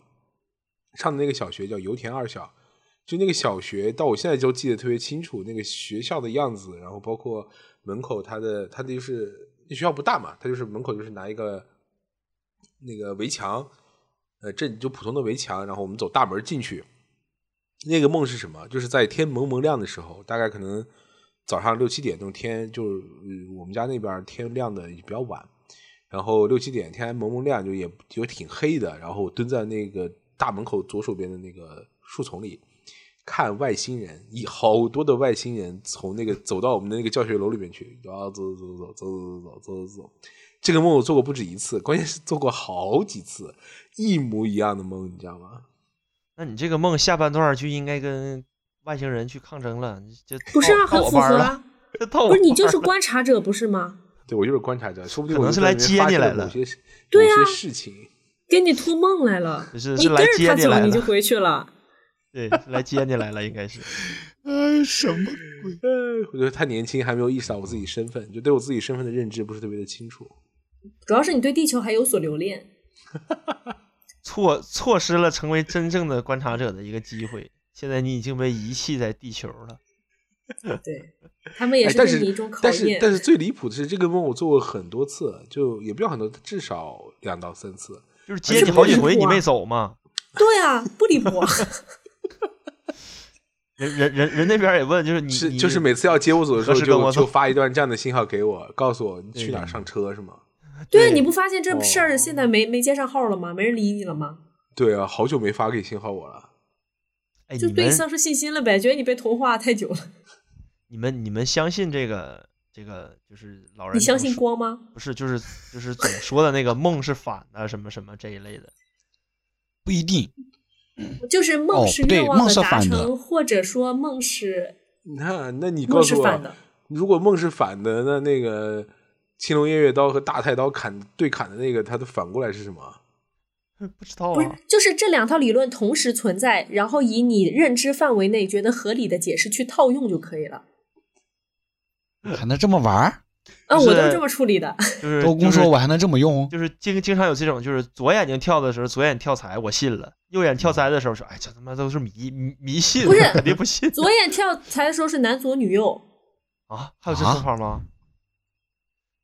上的那个小学叫油田二小，就那个小学到我现在都记得特别清楚，那个学校的样子，然后包括门口它的，它的就是那学校不大嘛，它就是门口就是拿一个那个围墙，呃，这就普通的围墙，然后我们走大门进去。那个梦是什么？就是在天蒙蒙亮的时候，大概可能早上六七点钟天就是、呃我们家那边天亮的比较晚，然后六七点天还蒙蒙亮，就也就挺黑的。然后我蹲在那个大门口左手边的那个树丛里，看外星人，一好多的外星人从那个走到我们的那个教学楼里面去，然后走走走走走走走走走。这个梦我做过不止一次，关键是做过好几次，一模一样的梦，你知道吗？那你这个梦下半段就应该跟外星人去抗争了，你这不是啊，到很哦我符合班儿啊了，，这 到我不是你班儿就是了观察者不是吗？对，我就是观察者，说不定可我能就是来在那边接你发来现了某些事对某呀些事情。 给你托梦来了，不是你是跟来着接他你走来你就了回去了。对，是来接你来了，应该是。呃，什么？呃，我觉得太年轻，还没有意识到我自己身份，就对我自己身份的认知不是特别的清楚。主要是你对地球还有所留恋。错错失了成为真正的观察者的一个机会。现在你已经被遗弃在地球了，对他们也哎是但对是你一种考但是验。但是最离谱的是，这个梦我做过很多次，就也不要很多，至少两到三次。就是接你好几回这不离谱你啊没走嘛。对啊，不离谱啊。人人人人那边也问，就是你是你就是每次要接我走的时候何就，时跟就我走发一段这样的信号给我，告诉我你去对哪儿上车是吗？对啊，对你不发现这哦事儿现在没没接上号了吗？没人理你了吗？对啊，好久没发给信号我了。哎，就你对你们丧失信心了呗，觉得你被同化太久了。你们你们相信这个这个就是老人你相总信说光吗？不是就是就是总说的那个梦是反的什么什么这一类的。 不一定。就是梦哦是对愿望梦是达反的成，或者说梦是那那你告梦是诉反我的，。如果梦是反的，那那个青龙偃月刀和大太刀砍对砍的那个，它的反过来是什么？不知道不是啊，，就是这两套理论同时存在，然后以你认知范围内觉得合理的解释去套用就可以了。还能这么玩儿？啊，就我都是这么处理的。就是周公就是说我还能这么用？哦就是经经常有这种，就是左眼睛跳的时候，左眼跳财，我信了；右眼嗯跳财的时候说，哎，这他妈都是迷迷迷信，不是肯定不信左眼跳财的时候是男左女右，啊！还有这啊说法吗？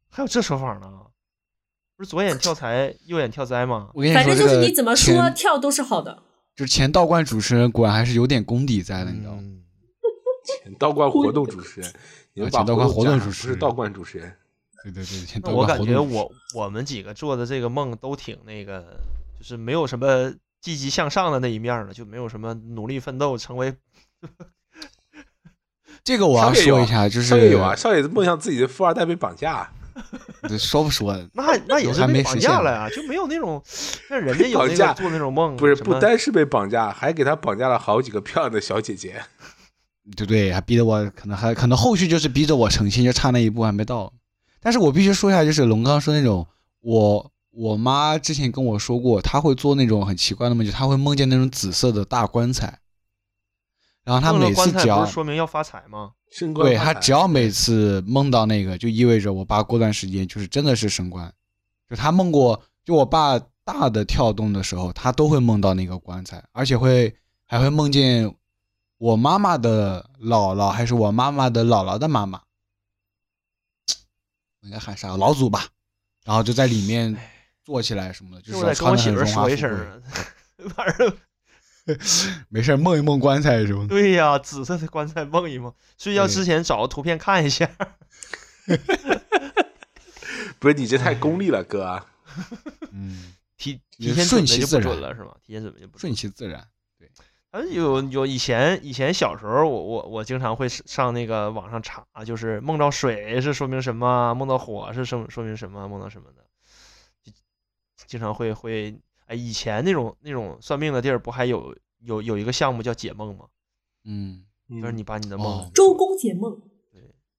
还有这说法呢？不是左眼跳财，右眼跳灾吗？我跟你说，反正就是你怎么这说个前跳都是好的。就是前道观主持人果然还是有点功底在的，你知道吗？嗯，道观活动主持人，你们把啊道观活动讲主不持是人道观主持人。对对对，前那道我观感活觉动我我们几个做的这个梦都挺那个，就是没有什么积极向上的那一面了，就没有什么努力奋斗成为这个我要上面有说啊一下，就少爷是有啊，少爷梦想自己的富二代被绑架，对呃说不说？那那也是还没被实绑现架呢了呀，就没有那种像人 家有绑那架个做那种梦，不是嗯什不么单是被绑架，还给他绑架了好几个漂亮的小姐姐。对对，还逼得我，可能还可能后续就是逼着我成亲，就差那一步还没到。但是我必须说一下，就是龙刚说那种，我我妈之前跟我说过，她会做那种很奇怪的梦，就她会梦见那种紫色的大棺材，然后她中了每次棺材只不要是说明要发财吗？升官对发她财只要每次梦到那个，就意味着我爸过段时间就是真的是升官，就她梦过，就我爸大的跳动的时候，她都会梦到那个棺材，而且会还会梦见我妈妈的姥姥，还是我妈妈的姥姥的妈妈，我应该喊啥老祖吧，然后就在里面坐起来什么的，就这是我得跟穿我的很媳妇儿荣华说一富贵，声啊。 晚上没事儿梦一梦棺材什么的。对呀、紫色的棺材梦一梦，睡觉之前找个图片看一下。不是你这太功利哎了，哥啊。嗯，提也提前顺准其备就自不准然了是吗？提前准备就不准顺。其自然。反正哎有有以前以前小时候我，我我经常会上那个网上查，就是梦到水是说明什么，梦到火是说说明什么，梦到什么的，就经常会会哎，以前那种那种算命的地儿不还有有有一个项目叫解梦嘛，嗯，就是你把你的梦哦，周公解梦，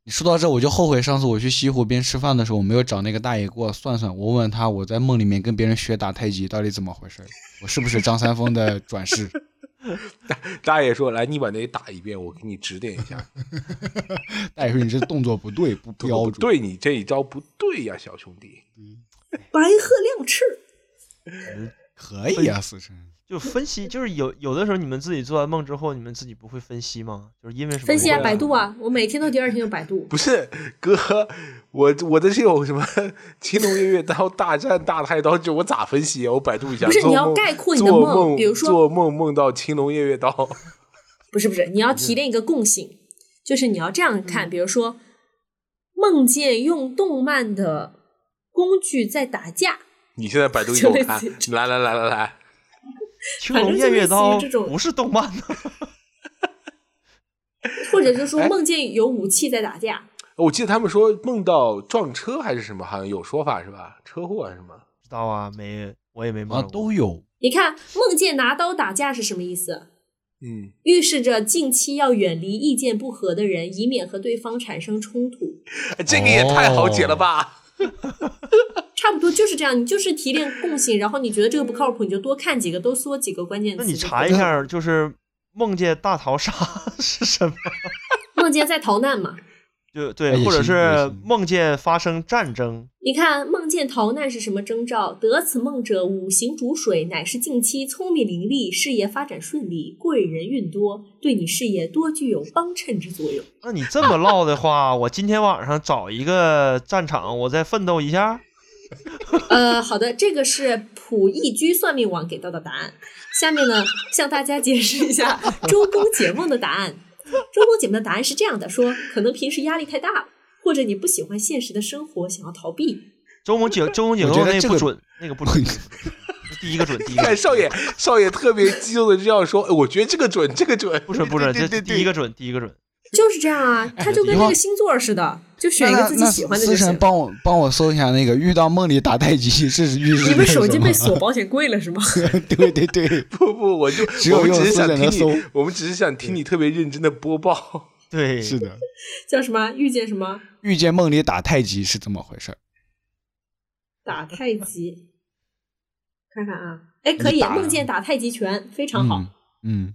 你说到这，我就后悔上次我去西湖边吃饭的时候，我没有找那个大爷给我算算。我问他，我在梦里面跟别人学打太极到底怎么回事儿？我是不是张三丰的转世？大爷说：“来，你把那打一遍，我给你指点一 下。大爷说你这动作不对，不不标不准。对，你这一招不对呀、小兄弟。白鹤亮翅，可以啊，思成。就分析，就是有有的时候你们自己做完梦之后，你们自己不会分析吗？就是因为什么分析原啊，因百度啊，我每天都第二天用百度。不是哥，我我的这种什么 青龙偃月刀大战大太刀，这我咋分析啊？我百度一下。不是做你要梦概括你的做梦梦比如说做梦梦到青龙偃月刀，不是不是，你要提炼一个共性，就是你要这样看，比如说梦见用动漫的工具在打架，你现在百度 一就给类我似看于，来来来来来，青反龙正就偃类月似于刀这种不是动漫的，或者就说哎梦见有武器在打架，我记得他们说梦到撞车还是什么，好像有说法是吧？车祸还是什么？知道啊？没，我也没啊，梦过。都有。你看梦见拿刀打架是什么意思？嗯，预示着近期要远离意见不合的人，以免和对方产生冲突。哎这个也哦太好解了吧？差不多就是这样，你就是提炼共性，然后你觉得这个不靠谱，你就多看几个，多搜几个关键词。那你查一下，就是梦见大逃杀 是什么？梦见在逃难嘛？就哎对，也或者行是也行梦见发生战争，你看，梦见逃难是什么征兆？得此梦者，五行主水，乃是近期聪明伶俐，事业发展顺利，贵人运多，对你事业多具有帮衬之作用。那你这么唠的话，我今天晚上找一个战场，我再奋斗一下。呃，好的，这个是普易居算命网给到的答案。下面呢，向大家解释一下周公解梦的答案。周公解梦的答案是这样的：说可能平时压力太大了，或者你不喜欢现实的生活，想要逃避。周公解周公解我梦觉得那这不个准，那个 不准，第一个准，第一个看准少爷，少爷特别激动的这样说：“哎我觉得这个准，这个准，不准不准，这对对第对一对个准，第一个准。就是这样啊，他就跟那以后个星座似的，就选一哎那个自己那喜欢的就思行成。帮我帮我搜一下那个遇到梦里打太极是预示你们着手什机么被锁保险柜了是吗？ 对对对，不不，我就只有我们用只是思想想听能你搜，我们只是想听你特别认真的播报。对，是的，叫什么？遇见什么？遇见梦里打太极是这么回事儿。打太极。看看啊，哎，可以你打啊梦见打太极拳，非常好。嗯嗯，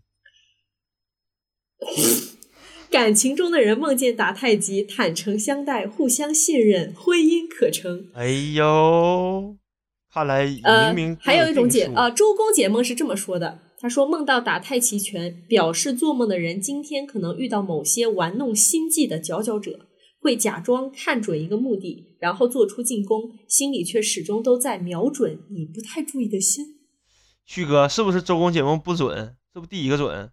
感情中的人梦见打太极，坦诚相待，互相信任，婚姻可成。哎呦，看来呃明明，还有一种解定数啊、，周公解梦是这么说的。他说：“梦到打太极拳，表示做梦的人今天可能遇到某些玩弄心计的佼佼者，会假装看准一个目的，然后做出进攻，心里却始终都在瞄准你不太注意的心。旭哥是不是周公解梦不准？这不第一个准？嗯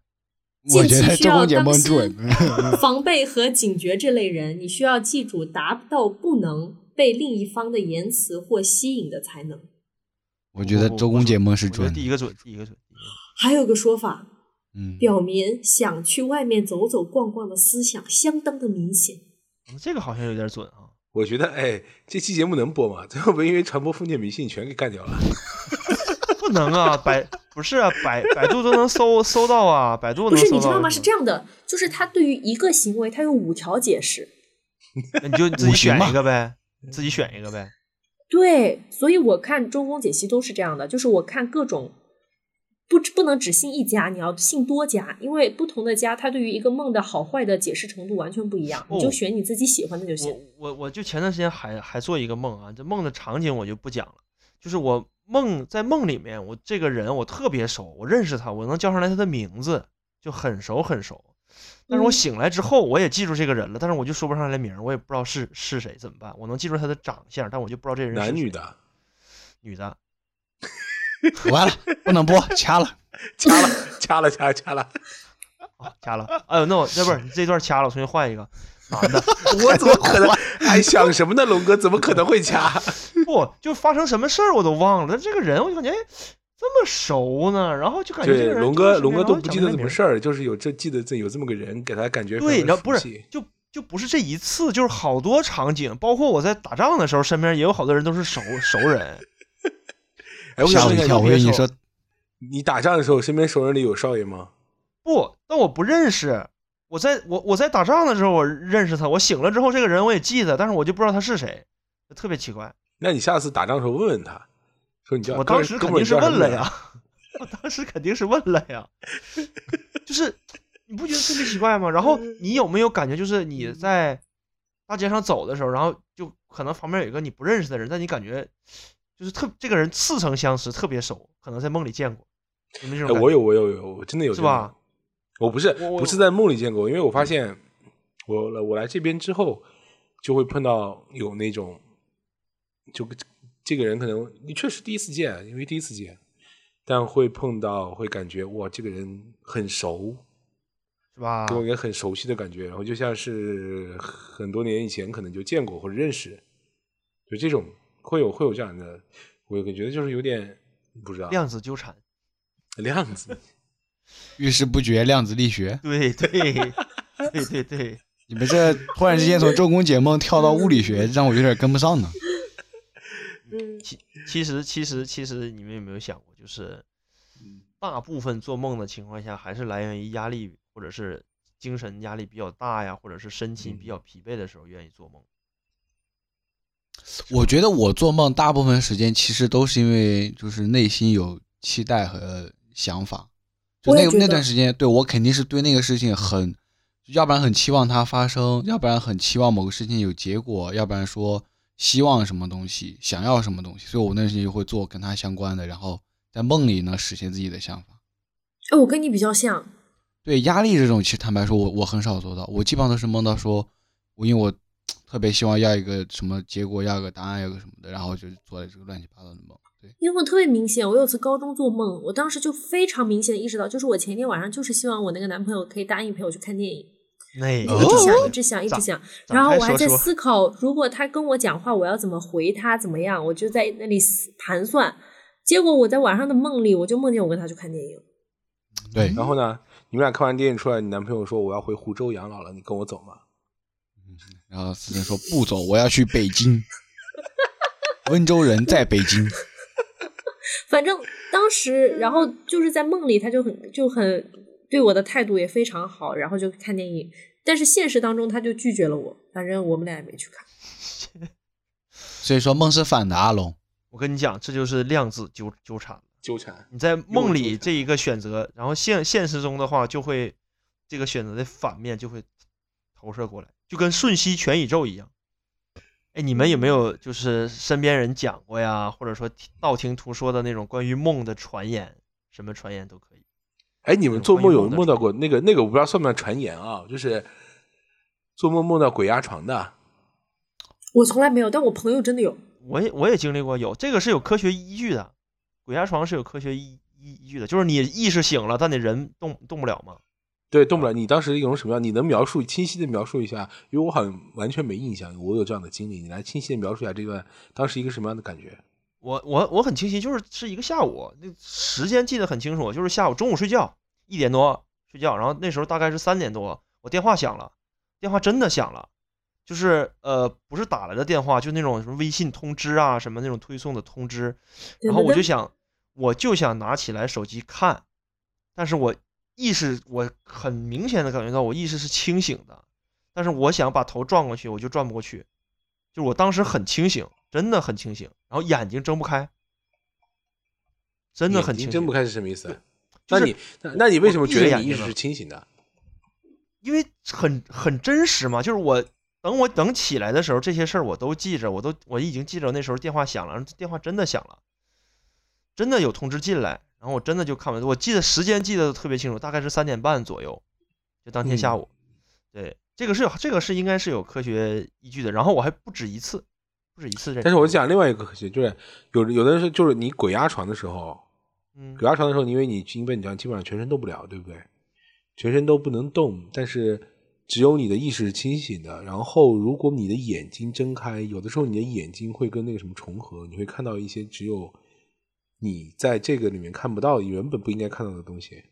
我近觉期得需周要公解当梦心准。 防备和警觉这类人，你需要记住，达不到不能被另一方的言辞或吸引的才能。我觉得不周公解梦是我觉得准第一的。个准，第一个准。第一个准还有个说法，嗯，表明想去外面走走逛逛的思想相当的明显。嗯这个好像有点准啊。我觉得，哎，这期节目能播吗？最后被因为传播封建迷信全给干掉了。不能啊，百不是啊，百百度都能搜搜到啊，百度不能是，搜到。你知道吗？是这样的，就是他对于一个行为，他有五条解释。样，那你就你自己五行选嘛一个呗，你嗯自己选一个呗。对，所以我看周公解析都是这样的，就是我看各种。不不能只信一家，你要信多家，因为不同的家，它对于一个梦的好坏的解释程度完全不一样。你就哦选你自己喜欢的就行。我我我就前段时间还还做一个梦啊，这梦的场景我就不讲了，就是我梦在梦里面，我这个人我特别熟，我认识他，我能叫上来他的名字，就很熟很熟。但是我嗯醒来之后，我也记住这个人了，但是我就说不上来名儿，我也不知道是是谁，怎么办？我能记住他的长相，但我就不知道这人是男谁女的，女的，完了，不能播，掐了。掐了，掐了，掐了，掐了。啊，掐了。哎呦，那我要不然这段掐了，我重新换一个男的。我怎么 可能？哎，想什么呢，龙哥？怎么可能会掐？不，就发生什么事儿我都忘了。但这个人我就感觉哎这么熟呢，然后就感觉这个对，人龙哥，龙哥都都不记得什么事儿，就是有这记得这有这么个人，给他感觉对，然后不不是就就不是这一次，就是好多场景，包括我在打仗的时候，身边也有好多人都是熟熟人。哎，我吓想我一跳，我问一下，以为你说你打仗的时候，身边熟人里有少爷吗？不，但我不认识。我在我我在打仗的时候，我认识他，我醒了之后，这个人我也记得，但是我就不知道他是谁，特别奇怪。那你下次打仗的时候问问他，说你叫我当时肯定是问了呀， 我当时肯定是问了 呀，就是你不觉得特别奇怪吗？然后你有没有感觉，就是嗯你在大街上走的时候，然后就可能旁边有一个你不认识的人，但你感觉就是特这个人似曾相识，特别熟，可能在梦里见过。有没有这哎种感觉？我有我有有，我真的有是吧？我不是我我不是在梦里见过，因为我发现我来我来这边之后，就会碰到有那种，就这个人可能你确实第一次见，因为第一次见，但会碰到会感觉哇，这个人很熟，是吧？给我一个很熟悉的感觉，然后就像是很多年以前可能就见过或者认识，就这种会有会有这样的，我感觉就是有点不知道量子纠缠， 量子，遇事不决，量子力学。对对对对对，你们这突然之间从周公解梦跳到物理学，让我有点跟不上呢。其其实其实其实你们有没有想过，就是大部分做梦的情况下，还是来源于压力或者是精神压力比较大呀，或者是身心比较疲惫的时候愿意做梦。我觉得我做梦大部分时间其实都是因为就是内心有期待和想法，就我那也觉得那段时间，对我肯定是对那个事情很，要不然很期望它发生，要不然很期望某个事情有结果，要不然说希望什么东西，想要什么东西，所以我那段时间就会做跟它相关的，然后在梦里呢实现自己的想法。哎，我跟你比较像，对压力这种，其实坦白说我，我很少做到，我基本上都是梦到说，我因为我特别希望要一个什么结果，要一个答案，要一个什么的，然后就做了这个乱七八糟的梦。对，因为我特别明显，我有次高中做梦，我当时就非常明显地意识到，就是我前一天晚上就是希望我那个男朋友可以答应陪我去看电影，那一个直想，哦一直想，一咋直想，咋然后还我还说在说思考，如果他跟我讲话，我要怎么回他，怎么样，我就在那里思盘算。结果我在晚上的梦里，我就梦见我跟他去看电影。对，然后呢，你们俩看完电影出来，你男朋友说我要回湖州养老了，你跟我走吗？然后思成说不走，我要去北京。 温州人在北京，反正当时，然后就是在梦里，他就很就很对我的态度也非常好，然后就看电影。但是现实当中，他就拒绝了我，反正我们俩也没去看。所以说梦是反的。阿龙， 我跟你讲，这就是量子纠纠缠。纠缠，你在梦纠里缠这一个选择，然后现现实中的话，就会这个选择的反面就会投射过来，就跟瞬息全宇宙一样。哎，你们有没有就是身边人讲过呀，或者说听道听途说的那种关于梦的传言？什么传言都可以。哎，你们做关梦于有梦的梦到传过那个那个，我不知道算不算传言啊，就是做梦梦到鬼压床的，我从来没有，但我朋友真的有。我也我也经历过有，这个是有科学依据的，鬼压床是有科学依依依据的，就是你意识醒了，但你人动动不了嘛。对，动嗯不了。你当时一种什么样？你能描述清晰的描述一下？因为我好像完全没印象，我有这样的经历，你来清晰的描述一下这段当时一个什么样的感觉？我我我很清晰，就是是一个下午，那时间记得很清楚，就是下午中午睡觉一点多睡觉，然后那时候大概是三点多，我电话响了，电话真的响了，就是呃不是打来的电话，就那种什么微信通知啊什么那种推送的通知，然后我就想我就想拿起来手机看，但是我意识我很明显的感觉到我意识是清醒的，但是我想把头转过去，我就转不过去，就是我当时很清醒，真的很清醒，然后眼睛睁不开，真的很眼清醒，睛睁不开是什么意思？就是那你那那你为什么我闭着觉得眼你意睛识呢是清醒的？因为很很真实嘛，就是我等我等起来的时候，这些事儿我都记着，我都我已经记着那时候电话响了，然后电话真的响了，真的有通知进来，然后我真的就看完，我记得时间记得特别清楚，大概是三点半左右，就当天下嗯午。对，这个是有这个是应该是有科学依据的，然后我还不止一次，不止一次这。但是我，讲另外一个科学，就是有有的人说，就是你鬼压床的时候，嗯鬼，压床的时候，因为你因为你这样基本上全身动不了，对不对？全身都不能动，但是只有你的意识是清醒的。然后，如果你的眼睛睁开，有的时候你的眼睛会跟那个什么重合，你会看到一些只有你在这个里面看不到、原本不应该看到的东西。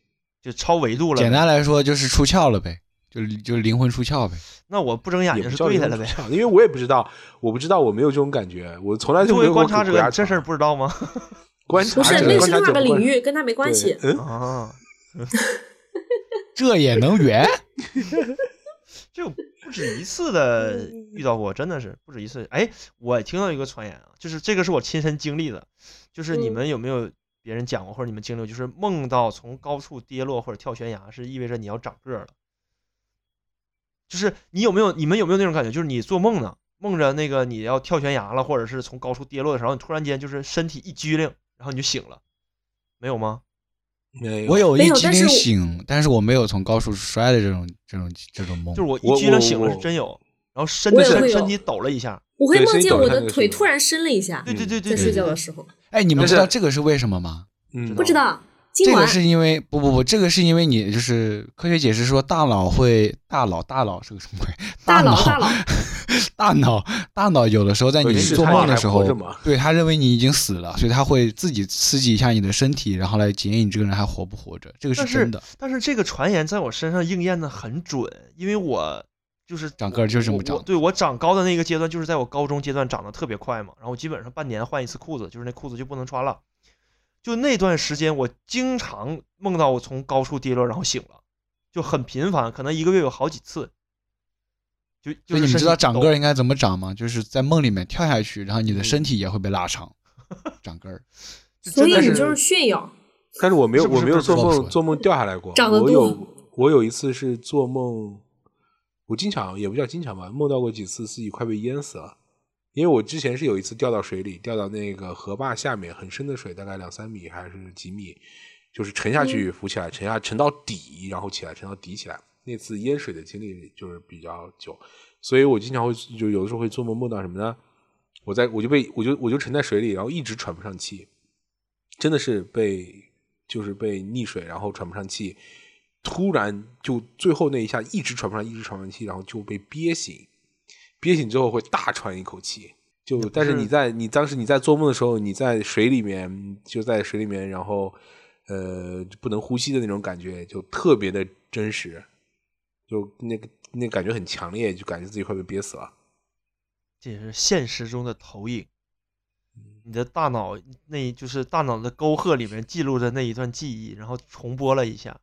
就超维度了呗。简单来说就是出窍了呗，就就灵魂出窍呗。那我不睁眼睛也不啊是叫对的人了不呗。知道因为我也不知道，我不知道，我没有这种感觉，我从来就作没为有过观察鬼者，压你这床事儿不知道吗？ 观察不是者那观是另察外者一个领观域，跟他没关系。对嗯，啊，这也能圆？就不止一次嗯的遇到过，真的是不止一次。哎，我听到一个传言啊，就是这个是我亲身经历的，就是你嗯们有没有别人讲过，或者你们经历过，就是梦到从高处跌落或者跳悬崖，是意味着你要长个儿了。就是你有没有，你们有没有那种感觉，就是你做梦呢，梦着那个你要跳悬崖了，或者是从高处跌落的时候，你突然间就是身体一激灵，然后你就醒了，没有吗？没有我有没一有激但是灵我醒，但是我一激灵醒但是我没有从高处摔的这种这种这种梦就。是我一我激灵我醒了是我真有，然后身我体也会身有身体抖了一下，我会对梦所以见导致我他的那个腿是突然伸了一下对，嗯对对对，在睡对觉对的时候，哎，你们但知是道这个是为什么吗？嗯不知道。今这个晚是因为不不不，这个是因为你就是科学解释说大脑会大脑大脑是个什么鬼？ 大脑佬大佬大脑大脑有的时候在你是做他梦的还时活候着吗，对他认为你已经死了，所以他会自己刺激一下你的身体，然后来检验你这个人还活不活着。这个是但真的。但是这个传言在我身上应验的很准，因为我就是长个儿就是这么我长我对我长高的那个阶段，就是在我高中阶段长得特别快嘛，然后基本上半年换一次裤子，就是那裤子就不能穿了。就那段时间，我经常梦到我从高处跌落，然后醒了，就很频繁，可能一个月有好几次。就就所以是你们身知道体长抖个儿应该怎么长吗？就是在梦里面跳下去，然后你嗯的身体也会被拉长，长个儿。就所真以的你是就是炫耀，但是我没有，是不我是没有不是做不是梦做梦掉下来过。长得我多有我有一次是做梦，我经常也不叫经常吧，梦到过几次自己快被淹死了。因为我之前是有一次掉到水里，掉到那个河坝下面很深的水，大概两三米还是几米，就是沉下去浮起来，沉下沉到底，然后起来沉到底起来。那次淹水的经历就是比较久，所以我经常会就有的时候会做梦梦到什么呢？我在我就被我就我就沉在水里，然后一直喘不上气，真的是被就是被溺水，然后喘不上气，突然就最后那一下一直喘不上，一直喘不上气，然后就被憋醒，憋醒之后会大喘一口气。就但是是你在你当时你在做梦的时候，你在水里面就在水里面，然后呃就不能呼吸的那种感觉就特别的真实，就那个那感觉很强烈，就感觉自己快被憋死了。这也是现实中的投影。嗯你的大脑那就是大脑的沟壑里面记录着那一段记忆，然后重播了一下，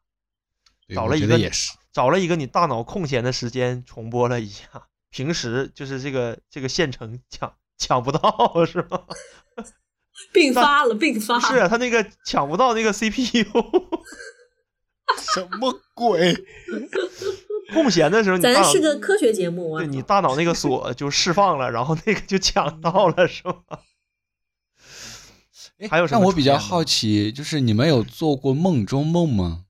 对找我了觉一得个也 是。找了一个你大脑空闲的时间重播了一下。平时就是这个这个县城抢抢不到是 吗？并发了，并发不了。是啊他那个抢不到那个 CPU，什么鬼？空闲的时候你大咱脑是个科学节目啊对，你大脑那个锁就释放了，然后那个就嗯抢到了是吗？还有什那么我比较传言吗好奇，就是你们有做过梦中梦吗？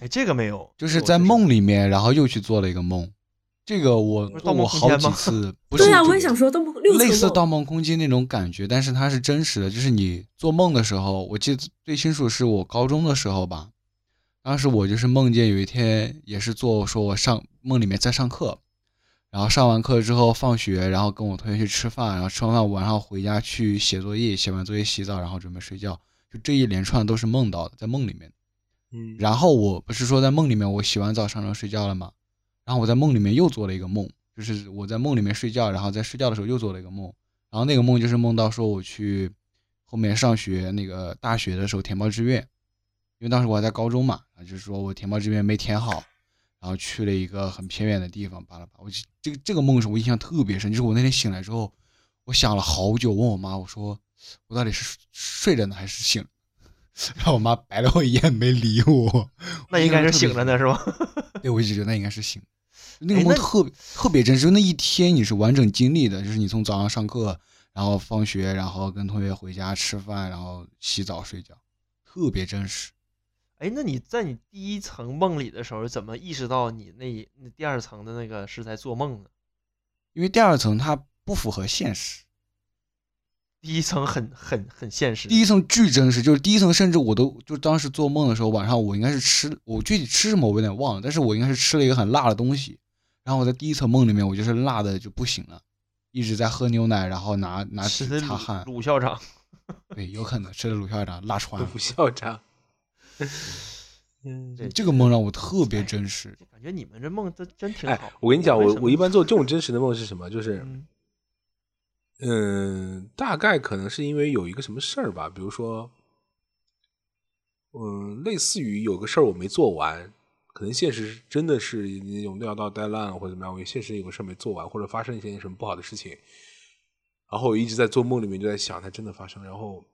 哎，这个没有，就是这个我在确实梦里面，然后又去做了一个梦。这个我不是做盗梦过空好间几吗 次，不是对啊，这我也个想说，都六类似次《盗梦，梦空间》那种感觉，但是它是真实的。就是你做梦的时候，我记得最清楚是我高中的时候吧。当时我就是梦见有一天也是做，说我上梦里面在上课，然后上完课之后放学，然后跟我同学去吃饭，然后吃完饭晚上回家去写作业，写完作业洗澡，然后准备睡觉。就这一连串都是梦到的，在梦里面。嗯，然后我不是说在梦里面我洗完澡上床睡觉了吗？然后我在梦里面又做了一个梦，就是我在梦里面睡觉，然后在睡觉的时候又做了一个梦，然后那个梦就是梦到说我去后面上学那个大学的时候填报志愿，因为当时我还在高中嘛，啊就是说我填报志愿没填好，然后去了一个很偏远的地方，巴拉巴拉。我就这个这个梦是我印象特别深，就是我那天醒来之后，我想了好久，问我妈，我说我到底是睡着呢还是醒了？ 然后我妈白了我一眼，没理我。那应该是醒着呢是吧？对，我一直觉得那应该是醒。那个哎梦那特别特别真实，那一天你是完整经历的，就是你从早上上课，然后放学，然后跟同学回家吃饭，然后洗澡睡觉，特别真实。哎，那你在你第一层梦里的时候，怎么意识到你那一那第二层的那个是在做梦呢？因为第二层它不符合现实，第一层很很很现实，第一层巨真实，就是第一层甚至我都就当时做梦的时候，晚上我应该是吃，我具体吃什么我有点忘了，但是我应该是吃了一个很辣的东西，然后我在第一层梦里面我就是辣的就不行了，一直在喝牛奶，然后拿拿吃的纸擦鲁汗，鲁校长，对，有可能吃了鲁校长辣穿了。 不校长，嗯，对，这个梦让我特别真实，就感觉你们这梦都真挺哎好。，我跟你讲，为我什么嗯嗯我一般做这种真实的梦是什么？就是嗯嗯，大概可能是因为有一个什么事儿吧，比如说，嗯，类似于有个事儿我没做完，可能现实真的是那种料到带烂了或者怎么样，我现实有个事儿没做完，或者发生一些什么不好的事情，然后我一直在做梦里面就在想它真的发生，然后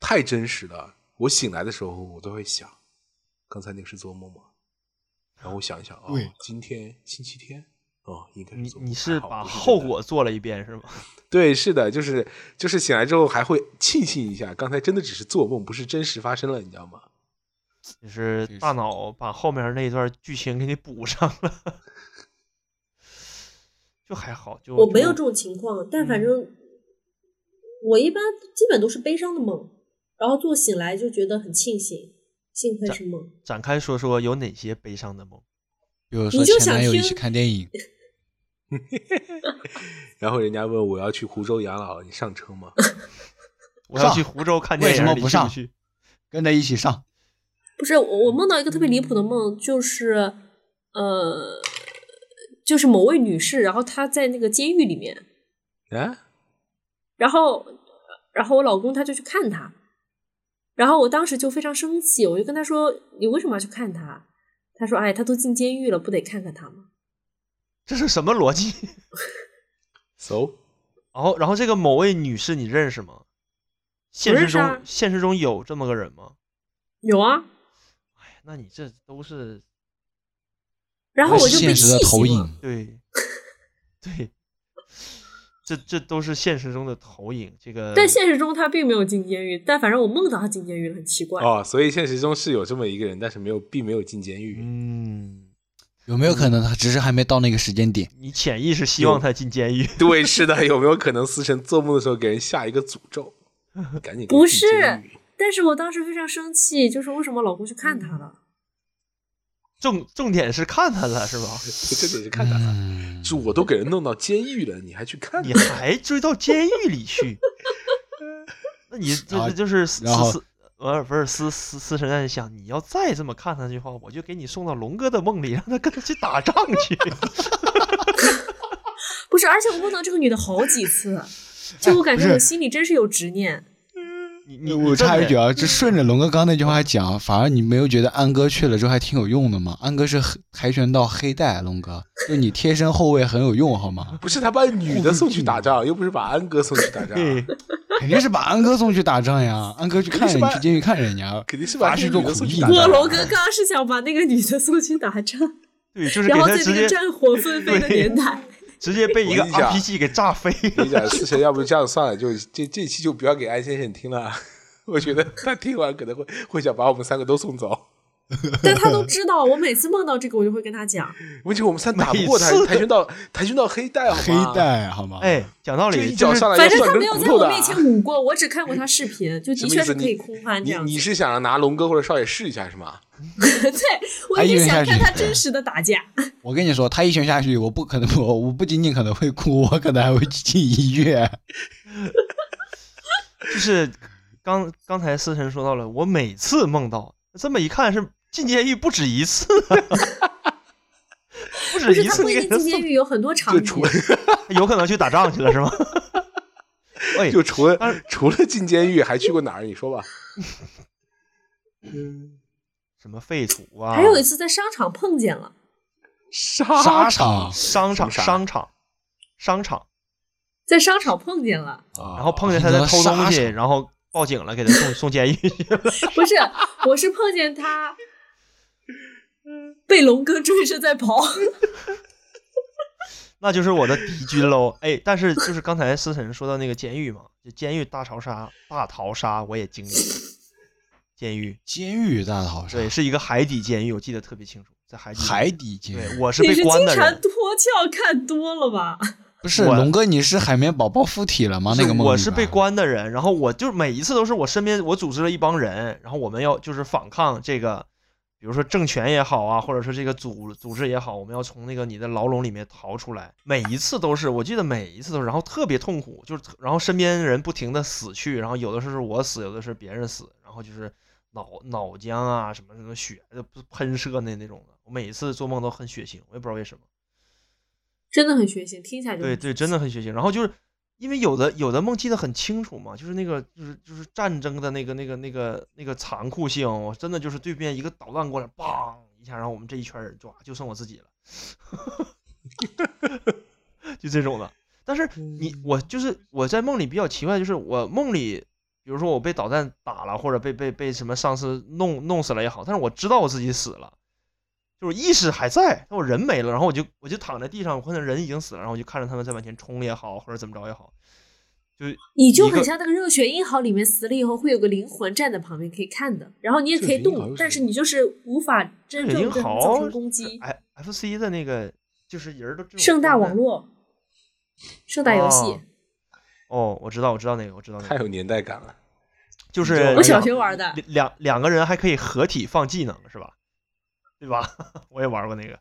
太真实了，我醒来的时候我都会想，刚才那个是做梦吗？然后我想一想，哦对，今天星期天，哦，应该嗯你做梦你还是好把不是真后的果做了一遍是吗？对，是的，就是就是醒来之后还会庆幸一下，刚才真的只是做梦，不是真实发生了，你知道吗？就是对大是脑把后面那一段剧情给你补上了， 就还好。就我没嗯有这就种情况，但反正我一般基本都是悲伤的梦，然后做醒来就觉得很庆幸，幸亏是梦。展开说说有哪些悲伤的梦。比如你说就前想男友一听起看电影， 然后人家问我要去湖州养老，你上车吗？我要上去湖州看为电什影，么你不去上去？跟着一起上。不是我，我梦到一个特别离谱的梦，就是呃，就是某位女士，然后她在那个监狱里面，啊，然后然后我老公他就去看她，然后我当时就非常生气，我就跟他说：“你为什么要去看她？”他说：“哎，她都进监狱了，不得看看她吗这是什么逻辑？ 走、然后，然后这个某位女士你认识吗？现认实识中、啊现实中有这么个人吗？？”有啊，哎，那你这都是然后我就被现实气的投醒了。影，对对，这这都是现实中的投影。这个但现实中他并没有进监狱，但反正我梦到他进监狱了，很奇怪。哦，所以现实中是有这么一个人，但是没有并没有进监狱。嗯，有没有可能他只是还没到那个时间点？你潜意识希望他进监狱。 对，是的，有没有可能思成做梦的时候给人下一个诅咒？赶紧给不我进监狱但是我当时非常生气，就是为什么老公去看他了？重重点是看他了是吧？这得是看看。嗯，就我都给人弄到监狱了，你还去看你还追到监狱里去？ 那你然这后这就是私然后私，呃，不是私私私神在想，你要再这么看他的话，我就给你送到龙哥的梦里，让他跟他去打仗去。 不是，而且我梦到这个女的好几 次，就我感觉哎不是我心里真是有执念。你你我你这插一么句啊，就顺着龙哥刚那句话讲，反而你没有觉得安哥去了之后还挺有用的吗？安哥是黑跆拳道黑带，龙哥就你贴身后卫很有用，好吗？不是他把女的送去打仗，又不是把安哥送去打仗，对，肯定是把安哥送去打仗呀，安哥去看肯定是人，把去监狱看人家。肯定是把法那师女做的苦送去役打呢仗我。龙哥刚刚是想把那个女的送去打仗，对，就是然给后他在直这个接战火纷飞的对年代，直接被一个我跟你讲 RPG 给炸飞 跟了。你讲，思成，要不这样算了，就这这期就不要给安先生听了。 我觉得他听完可能会会想把我们三个都送走。但他都知道，我每次梦到这个，我就会跟他讲。问题我们三打不过他每次，跆拳道跆拳道黑带好黑吗，带啊好吗？哎，讲道这理，一脚就是上来反要正断他没根有骨在头我的。啊面前舞过，我只看过他视频，就什的么确意是思？可以空翻这你样子。你是想拿龙哥或者少爷试一下是吗？对，我还以一直为想他是看他你真实的打架。我跟你说，他一拳下去，我不可能，我我不仅仅可能会哭，我可能还会进医院。就是刚刚才思辰说到了，我每次梦到，这么一看是进监狱不止 一次、啊，不不止是一他次不你一给定他进送监狱，有很多场就景除。有可能去打仗去了 是吗？喂，就除当了然除了进监狱还去过哪儿？你说吧。什么废土啊，还有一次在商场碰见了，沙沙场商场、什么啥商场、商场，在商场碰见了，然然后碰见哦他在偷啊你怎么东杀西，手然后报警了，给他送送监狱。不是，我是碰见他被龙哥追着在跑， 那就是我的敌军喽。哎，但是就是刚才思辰说到那个监狱嘛，就监狱大逃杀、大逃杀我也经历过。监狱监狱大逃杀，对，是一个海底监狱，我记得特别清楚，在海底。海底监狱对，我是你被是关经的常人，脱壳看多了吧？不是我龙哥，你是海绵宝宝附体了吗？那个梦里我是被边。关的人，然后我就每一次都是我身边我组织了一帮人，然后我们要就是反抗这个，比如说政权也好啊，或者说这个组组织也好，我们要从那个你的牢笼里面逃出来。每一次都是，我记得每一次都是，然后特别痛苦，就是特然后身边人不停的死去，然后有的时候是我死，有的是别人死，然后就是脑脑浆啊什么什么血呃喷射那那种的，我每一次做梦都很血腥，我也不知道为什么。真的很血腥，听起来就对对，真的很血腥。然后就是因为有的有的梦记得很清楚嘛，就是那个就是就是战争的那个那个那个那个残酷性，我真的就是对面一个导弹过来，梆一下，然后我们这一圈人抓，就剩我自己了， 就这种的。但是你嗯我就是我在梦里比较奇怪，就是我梦里，比如说我被导弹打了，或者被被被什么丧尸弄弄死了也好，但是我知道我自己死了，就是意识还在，但我人没了，然后我就我就躺在地上，我看到人已经死了，然后我就看着他们在往前冲也好，或者怎么着也好，就你就一个很像那个热血英豪里面死了以后会有个灵魂站在旁边可以看的，然后你也可以热血英豪动是，但是你就是无法真正热血对英他们豪造成攻击。哎 F C 的那个就是人儿都这种盛大状态网络，盛大游戏哦，哦，我知道我知道那个我知道那太个，有年代感了。就是我哎小呀学玩的。两两两个人还可以合体放技能，是吧？对吧？ 我也玩过那个。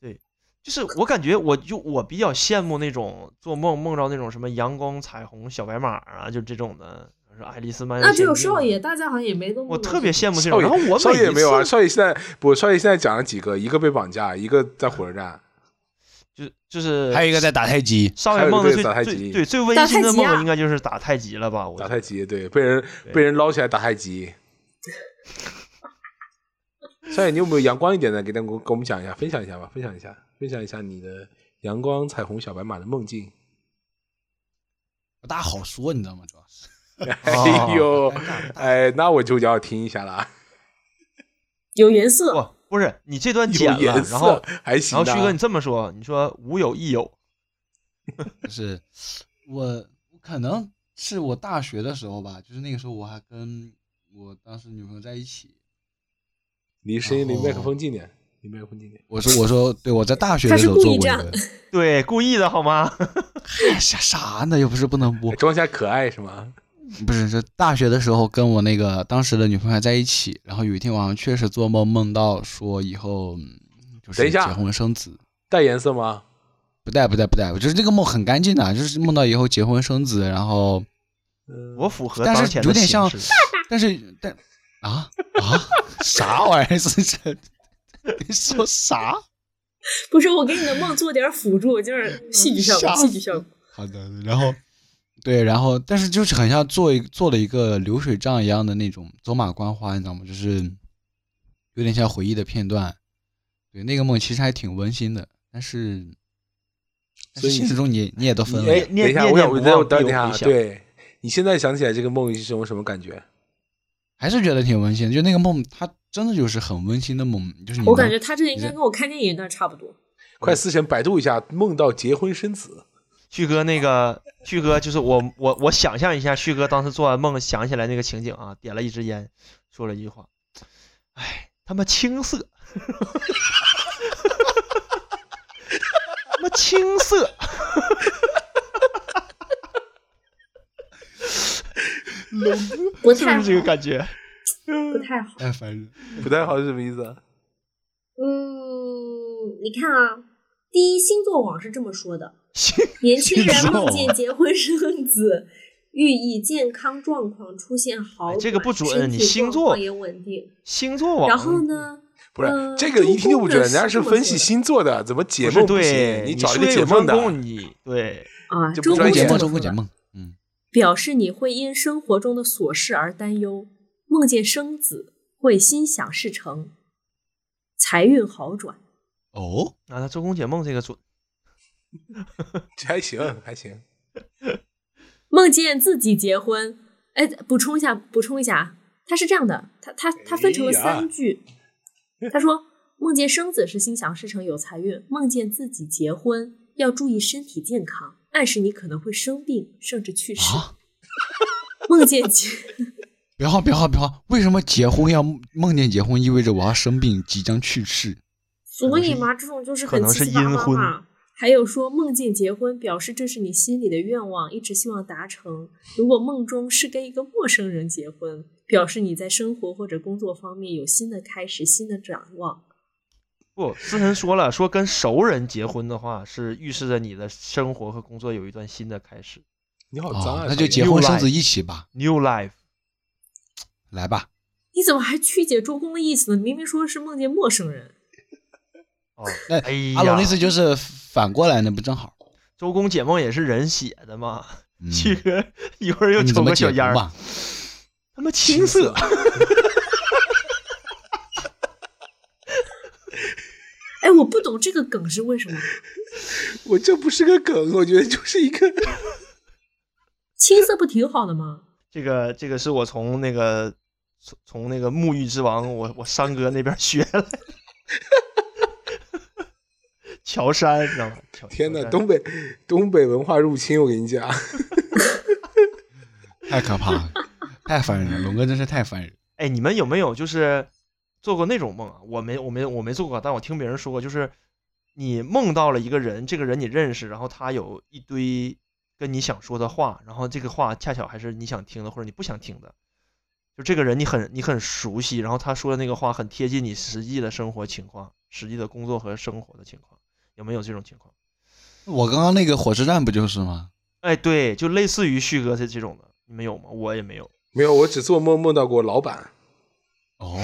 对，就是我感觉我就我比较羡慕那种做梦梦着那种什么阳光、彩虹、小白马啊，就这种的，是爱丽丝漫游。啊那只有少爷，，大家好像也没动过。我特别羡慕这种。少爷然后我少每爷一没有啊，次少爷现在不，少爷现在讲了几个，一个被绑架，一个在火车站，就就是还有一个在打太极，少还爷有梦的对最打太最极对最温打馨太的极啊梦应该就是打太极了吧？我打觉太得极，对，被人对被人捞起来打 太极。少爷，你有没有阳光一点的？给跟我跟我们讲一下，分享一下吧，分享一下，分享一下你的阳光、彩虹、小白马的梦哦境。不大好说，你知道吗？主要是哎呦尴尬，哎，那我就要听一下了。有颜色，不不是你这段有剪了，颜然后色还然行后的啊。旭哥你这么说，你说无有亦有，就是 我可能是我大学的时候吧，就是那个时候我还跟我当时女朋友在一起。离声音离然后麦克风近哦点，离麦克风近点。我说我说，对我在大学他的是时候故做意过这一样个， 哎对，故意的好吗？ 啥啥呢？又不是不能播。哎装一下可爱是吗？不是，是大学的时候跟我那个当时的女朋友还在一起，然后有一天晚上确实做梦，梦到说以后嗯就是等一结下婚生子，带颜色吗？不带不带不带，我就是这个梦很干净的，啊就是梦到以后结婚生子，然后嗯我符合但当是前有的点形像式，但是但啊啊 啥玩意儿是 这？你说啥？不是我给你的梦做点辅助，就是戏剧效果，吓戏剧效果。好的，然后对，然后但是就是很像做一做了一个流水账一样的那种走马观花，你知道吗？就是有点像回忆的片段。对，那个梦其实还挺温馨的，但是但所是以现实中你你也都分你了哎，呀，等一下，念我念想我不忘等必一有下回，响对你现在想起来这个梦是种什么感觉？还是觉得挺温馨的。就那个梦，它真的就是很温馨的梦，就是你我感能觉他这个应该跟我看电影那差不多。快思前百度一下，梦到结婚生子，旭哥那个旭哥就是我我我想象一下，旭哥当时做完梦想起来那个情景啊，点了一支烟，说了一句话，哎，他妈青涩， 他妈青涩，不太 是不是好，这个感觉？不太好。哎，反正不太好是什么意思啊？嗯，你看啊，第一星座网是这么说的：行年轻人星座梦网见结婚生子，寓意健康状况出现好哎转，这个不准身你体星状座况也稳定。星座网，然后呢？不是、嗯这个一听就不准，人家是分析中星座的，怎么解不梦是不对行？找一术个业解有梦专的，攻你对啊，就不周专公中业这么国解梦，这么中国说解的梦，嗯，表示你会因生活中的琐事而担忧，梦见生子会心想事成，财运好转。哦，啊，那周公解梦这个准，这还行还行。梦见自己结婚，哎，补充一下，补充一下啊，它是这样的，它它它分成了哎呀三句。他说，梦见生子是心想事成有财运，梦见自己结婚要注意身体健康，暗示你可能会生病甚至去世。啊梦见结别慌别慌别慌，为什么结婚要梦见结婚意味着我要生病，即将去世？所以嘛，这种就是可很能是七七八阴八婚嘛。还有说梦见结婚，表示这是你心里的愿望，一直希望达成。如果梦中是跟一个陌生人结婚，表示你在生活或者工作方面有新的开始、新的展望。不，之前说了，说跟熟人结婚的话，是预示着你的生活和工作有一段新的开始你好脏啊！哦，那少就爷结婚生子一起吧， ，new life。来吧。你怎么还曲解周公的意思呢？明明说是梦见陌生人，哦，那哎呀，啊阿龙的意思就是反过来呢，不正好？周公解梦也是人写的嘛。嗯七哥 一会儿又你抽怎么个解小读烟儿，吧？他妈青涩。哎，我不懂这个梗是为什么。 我这不是个梗，我觉得就是一个青涩不挺好的吗？这个这个是我从那个从从那个沐浴之王，我我山哥那边学来的。 乔杉，你知道吗？乔天哪！乔杉东北东北文化入侵，我跟你讲， 太可怕了，太烦人了，龙哥真是太烦人了。哎，你们有没有就是做过那种梦啊？我没，我没，我没做过，但我听别人说过，就是你梦到了一个人，这个人你认识，然后他有一堆跟你想说的话，然后这个话恰巧还是你想听的，或者你不想听的。就这个人你很你很熟悉，然后他说的那个话很贴近你实际的生活情况、实际的工作和生活的情况，有没有这种情况？我刚刚那个火车站不就是吗？哎，对，就类似于旭哥这这种的，你们有吗？我也没有。没有，我只做梦梦到过老板， 哦，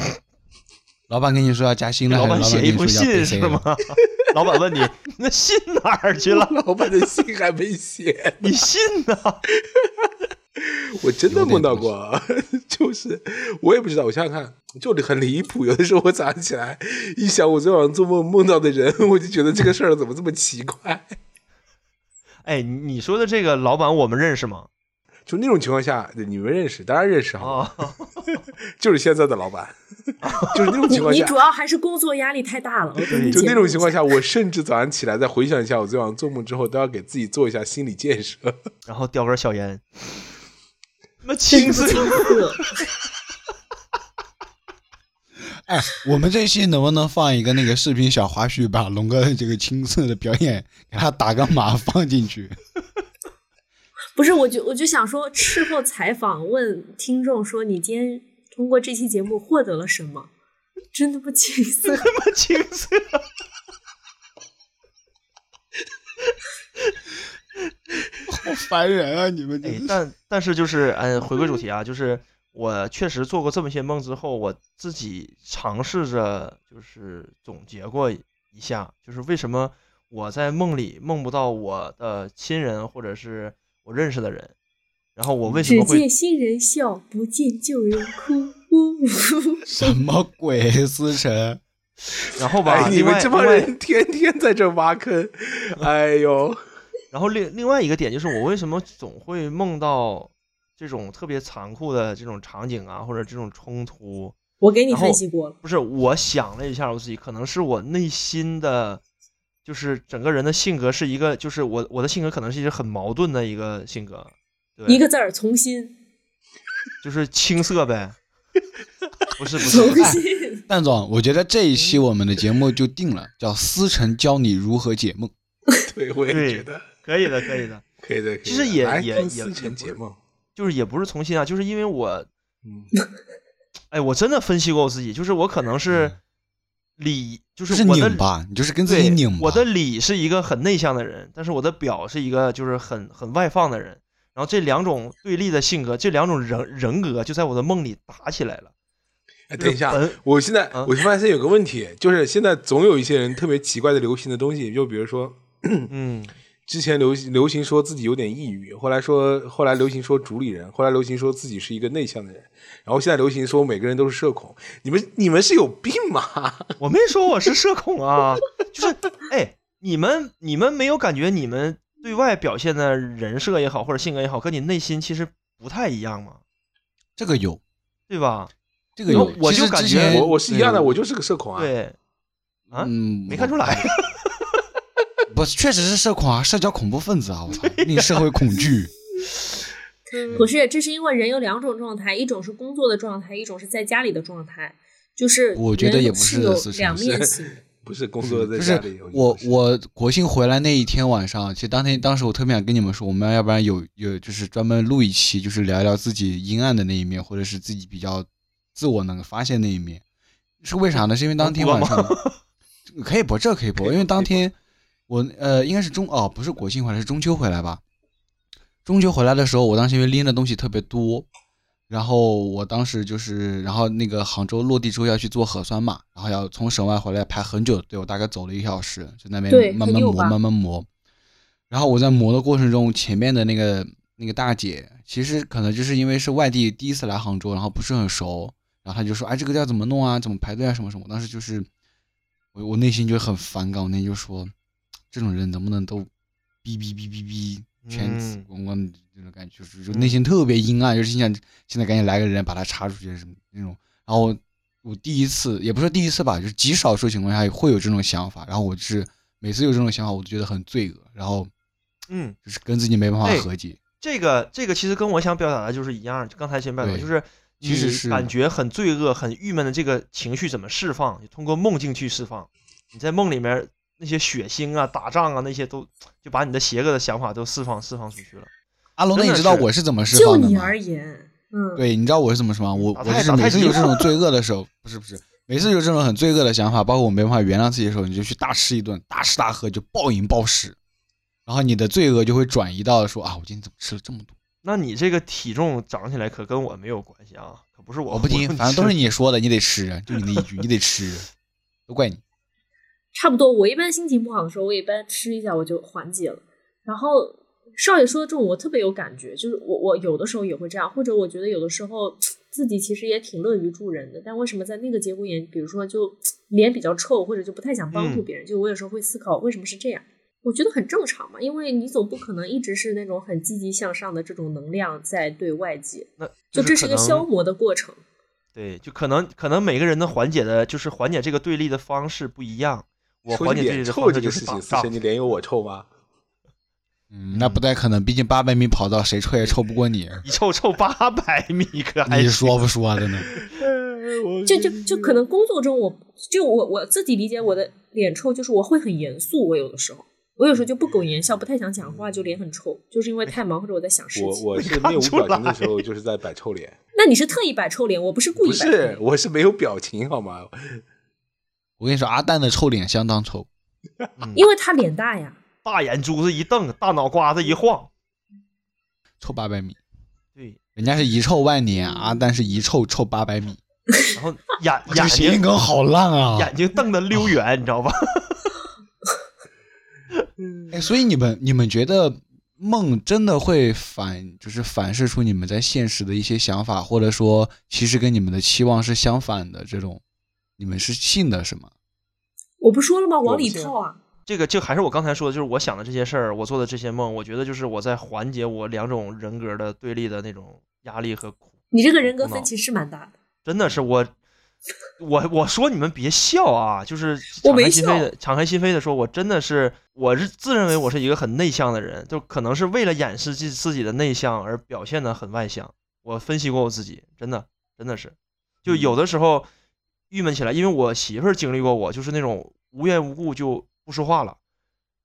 老板跟你说要加薪了，老还板是写跟一你封说要信被是谁啊吗 了？？老板问你， 那信哪儿去了？老板的信还没 写，你信呢？我真的梦到过，啊 就是我也不知道，我想想看，就很离谱。有的时候我早上起来一想，我昨晚上做梦梦到的人，我就觉得这个事儿怎么这么奇怪。 哎，你你说的这个老板我们认识吗？就那种情况下，你们认识，当然认识哈，啊、 就是现在的老板，就是那种你情况你下，主要还是工作压力太大了。我跟你就解那释种一情下况下，我甚至早上起来再回想一下我昨晚上做梦之后，都要给自己做一下心理建设。然后叼根小烟，那青青涩涩， 哎，我们这期能不能放一个那个视频小花絮，把龙哥的这个青涩的表演给他打个码放进去？ 不是，我就我就想说，事后采访问听众说，你今天通过这期节目获得了什么？真的不青涩，那青 涩，好烦人啊！你们这哎，但但是就是，嗯，回归主题啊，就是我确实做过这么些梦之后，我自己尝试着就是总结过一下，就是为什么我在梦里梦不到我的亲人或者是我认识的人，然后我为什只么会见新人笑，不见旧人哭。呜呜什么鬼？思辰，然后吧，哎，你另们外这帮另外人天天在这挖坑，哎呦，然后另另外一个点就是，我为什么总会梦到这种特别残酷的这种场景啊，或者这种冲突？我给你然后分析过了，不是，我想了一下我自己，可能是我内心的，就是整个人的性格是一个，就是我我的性格可能是一个很矛盾的一个性格，对，一个字儿从心，就是青 涩呗。不是不是，从哎心。蛋总，我觉得这一期我们的节目就定了，叫思辰教你如何解梦。对，我也对觉得可以的，可以的，可以的，可以的其实也来也听也思也辰不节目，就是也不是从心啊，就是因为我嗯，哎，我真的分析过我自己，就是我可能是理，就嗯就是是我的拧吧，你就是跟自对，己拧吧。我的里是一个很内向的人，但是我的表是一个就是很很外放的人。然后这两种对立的性格，这两种人人格就在我的梦里打起来了。哎，等一下就是本，我现在啊我就发现有个问题，就是现在总有一些人特别奇怪的流行的东西，就比如说嗯，之前流行流行说自己有点抑郁，后来说后来流行说主理人，后来流行说自己是一个内向的人，然后现在流行说每个人都是社恐，你们你们是有病吗？ 我没说我是社恐啊，就是哎，你们你们没有感觉你们对外表现的人设也好，或者性格也好，跟你内心其实不太一样嘛，这个有，对吧？这个然有后。我其实就感之觉前我我是一样的，嗯我就是个社恐啊。对，啊嗯，没看出来。我，不，确实是社恐啊，社交恐怖分子啊， 我操，令社会恐惧。不是，这是因为人有两种状态，一种是工作的状态，一种是在家里的状态。就是我觉得人也不是有思辰两是面性的。不是工嗯作在就家是里有。我我国庆回来那一天晚上，其实当天当时我特别想跟你们说，我们要不然有有就是专门录一期，就是聊一聊自己阴暗的那一面，或者是自己比较自我能发现那一面，是为 啥呢？是因为当天晚上 可以播，这可以播，因为当天我呃应该是中哦不是国庆回来是中秋回来吧，中秋回来的时候，我当时因为拎的东西特别多，然后我当时就是，然后那个杭州落地之后要去做核酸嘛，然后要从省外回来排很久的队，我大概走了一个小时，就那对边慢慢很久磨吧慢慢磨。然后我在磨的过程中，前面的那个那个大姐，其实可能就是因为是外地第一次来杭州，然后不是很熟，然后她就说：“哎，这个要怎么弄啊？怎么排队啊？什么什么。”当时就是我我内心就很反感，我内心就说：“这种人能不能都哔哔哔哔哔，全嗯死光光的那种感觉，就是就内心特别阴暗，就是心想现在赶紧来个人把他插出去什么那种。然后我第一次也不是第一次吧，就是极少数情况下会有这种想法。然后我就是每次有这种想法，我都觉得很罪恶，然后嗯，就是跟自己没办法哎和解。这个这个其实跟我想表达的就是一样，刚才想表达对就是其实是你感觉很罪恶、很郁闷的这个情绪怎么释放？你通过梦境去释放。你在梦里面那些血腥啊、打仗啊那些都就把你的邪恶的想法都释放释放出去了。阿龙，那真你的知道是我是怎么释就放的你吗？而言， 嗯，对，你知道我是怎么说吗？我打我太就是打每太次极有这了种罪恶的时候，不是不是，每次有这种很罪恶的想法，包括我没办法原谅自己的时候，你就去大吃一顿，大吃大喝，就暴饮暴食，然后你的罪恶就会转移到说啊，我今天怎么吃了这么多？那你这个体重涨起来可跟我没有关系啊，可不是我我不听，反正都是你。你说的，你得吃，就你那一句，你得吃，都怪你。差不多。我一般心情不好的时候，我一般吃一下我就缓解了。然后少爷说的这种，我特别有感觉，就是我我有的时候也会这样，或者我觉得有的时候自己其实也挺乐于助人的，但为什么在那个节骨眼，比如说就脸比较臭，或者就不太想帮助嗯别人，就我有时候会思考为什么是这样。我觉得很正常嘛，因为你总不可能一直是那种很积极向上的这种能量在对外界，那就是这是可一个能消磨的过程。对，就可能可能每个人的缓解的，就是缓解这个对立的方式不一样。我说缓起解对立脸的臭方式这就个是事打情，思仗贤，。你脸有我臭吗？嗯，那不太可能，毕竟八百米跑道，谁臭也臭不过 你。你臭臭八百米，可还你行说不说的呢？就就就可嗯能工作中我，就我我自己理解我的脸臭，就是我会很严肃，我有的时候，我有时候就不苟言笑，不太想讲话，就脸很臭，就是因为太忙或者我在想事 我情。我没是看面无出表情来的时候就是在摆臭 脸，那你是特意摆臭脸，我不是故意不摆臭是脸，，我是没有表情好吗？我跟你说，阿蛋的臭脸相当臭。嗯因为他脸大呀。大眼珠子一瞪，大脑瓜子一晃。臭八百米，对，人家是遗臭万年，阿蛋是遗臭臭八百米。然后眼我这眼个谐音睛梗好烂啊！眼睛瞪得溜圆，你知道吧？ 嗯哎，所以你们你们觉得梦真的会反，就是反射出你们在现实的一些想法，或者说其实跟你们的期望是相反的这种，你们是信的是吗？我不说了吗？不往里信套啊。这个就还是我刚才说的，就是我想的这些事儿，我做的这些梦，我觉得就是我在缓解我两种人格的对立的那种压力和苦。你这个人格头脑分歧是蛮大的。真的 是我，我我说你们别笑啊！就是我敞没开心笑扉的，敞开心扉的说，我真的是，我是自认为我是一个很内向的人，就可能是为了掩饰自自己的内向而表现的很外向。我分析过我自己，真的真的是，就嗯有的时候郁闷起来，因为我媳妇儿经历过我，就是那种无缘无故就不说话了，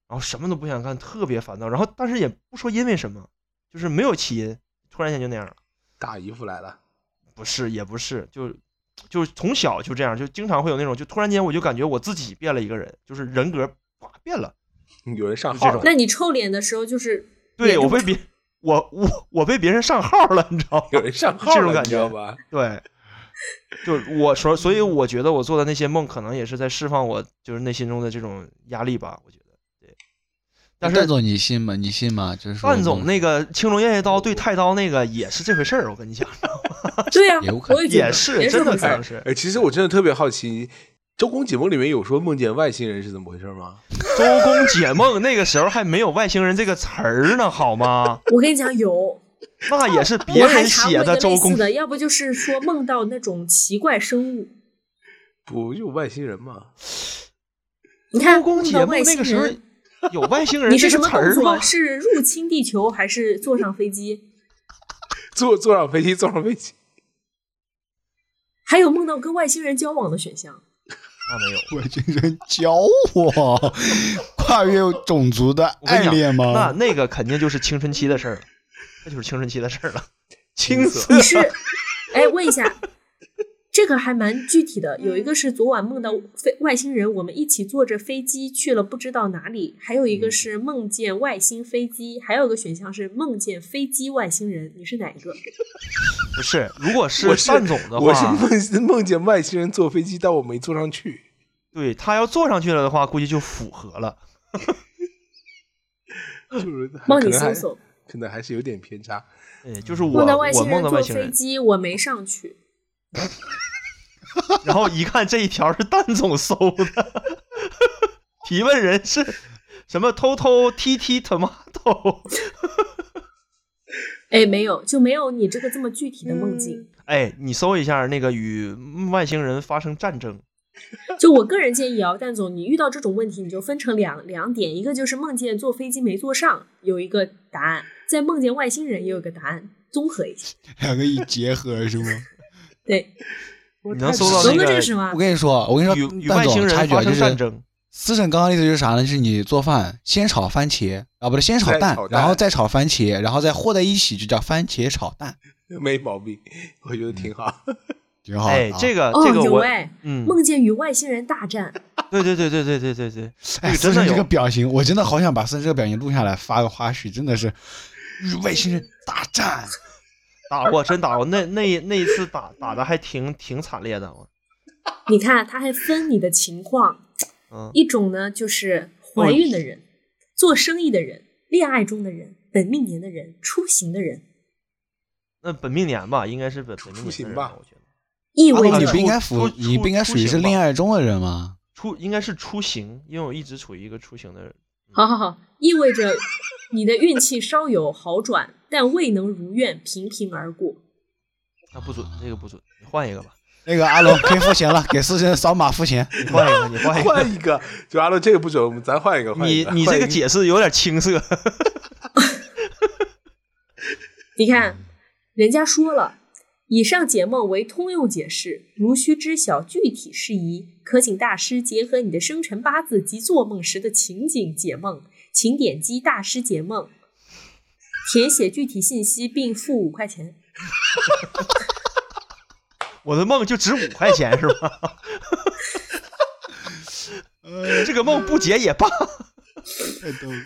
然后什么都不想干，特别烦躁，然后但是也不说因为什么，就是没有起因，突然间就那样了。大姨夫来了，不是，也不是，就就是从小就这样，就经常会有那种，就突然间我就感觉我自己变了一个人，就是人格哇变了。有人上就这号种了，那你臭脸的时候就是对脸我就被别我我我被别人上号了，你知道有吗？ 人上这号种了，感你知道觉吧？对，就是我说，所以我觉得我做的那些梦，可能也是在释放我就是内心中的这种压力吧。我觉得，对。但蛋是总你信吗？你信吗？就是说范总嗯梦那个青龙偃月刀对太刀那个也是这回事儿，我跟你讲， 对呀、啊也有，可能我也觉得也是也真的很可烦能是哎，其实我真的特别好奇，周公解梦里面有说梦见外星人是怎么回事吗？周公解梦那个时候还没有外星人这个词儿呢，好吗？我跟你讲，有那也是别我还人查过一写的个周类似公，的，要不就是说梦到那种奇怪 生物。不就外星人吗？你看，周公梦解到梦外那星个时候人 有外星人你是这什么个词动儿吗 作？？是入侵地球还是坐上飞机？坐坐上飞机，坐上飞机，还有梦到跟外星人交往的选项？啊 那没有，外星人教我 跨越种族的我跟爱你恋讲，哦那吗？那个肯定就是青春期的事儿了，那就是青春期的事儿 了。青涩涩你 是，哎，问一下，这个还蛮具体的。有一个是昨晚梦到飞外星人，我们一起坐着飞机去了不知道哪里；还有一嗯个是梦见外星飞机，还有一个选项是梦见飞机外星人。你是哪一个？不是，如果是我是范总的我是话，梦梦见外星人坐飞机，但我没坐上去。对他要坐上去了的话，估计就符合了。就是帮可你能还搜搜。可能还是有点偏差。哎，就是我梦到外我星梦到坐外星飞人，机，我没上去。然后一看这一条是蛋总搜的， 提问人是什么？偷偷 T T tomato。哎，没有，就没有你这个这么具体的梦境。哎，你搜一下那个与外星人发生战争，就我个人建议啊，蛋总，你遇到这种问题，你就分成两两点，一个就是梦见坐飞机没坐上，有一个答案；再梦见外星人，也有一个答案，综合一下。两个一结合是吗？对，你能搜到能的那这个个是吗我？跟你说，我跟与你与说，蛋外星总插人一句啊，就发生战是争？思晨刚刚的意思就是啥呢？就是你做饭先炒番茄啊，不是先炒再蛋炒，蛋然后再炒番茄，然后再和在一起，就叫番茄炒蛋，没毛病，我觉得嗯挺好。 挺好的啊。哎，这个这哦，个有我哎，嗯，梦见与外星人大战，对对对对对对对对，这哎，个森真森的这个有。表情，我真的好想把森森这个表情录下来发个花絮，真的是与外星人大战。打过，真打过。那那那一次打打的还挺挺惨烈的，我你看他还分你的情况，嗯，哦一种呢就是怀孕的人、做生意的人、恋爱中的人、本命年的人、出行的人、那本命年吧，应该是本本命出年行的人吧我觉得意啊味你着不应该出属，出你不应该属于出行是吧恋爱中的人吗？出应该是出行，因为我一直处于一个出行的人。 好好好，意味着你的运气稍有好转，但未能如愿，平平而过。那不准，这个不准，你换一个吧，那个阿龙可以付钱了，给思森扫码付 钱。你换一个，你换一个。换一个，就阿乐这个不准，我们咱换一个。换一你个你换这一个解释有点青涩，你看，嗯人家说了，以上解梦为通用解释，如需知晓具体事宜，可请大师结合你的生辰八字及做梦时的情景解梦，请点击大师解梦，填写具体信息并付五块钱。我的梦就值五块钱是吧？ 这个梦不解也罢，太逗了，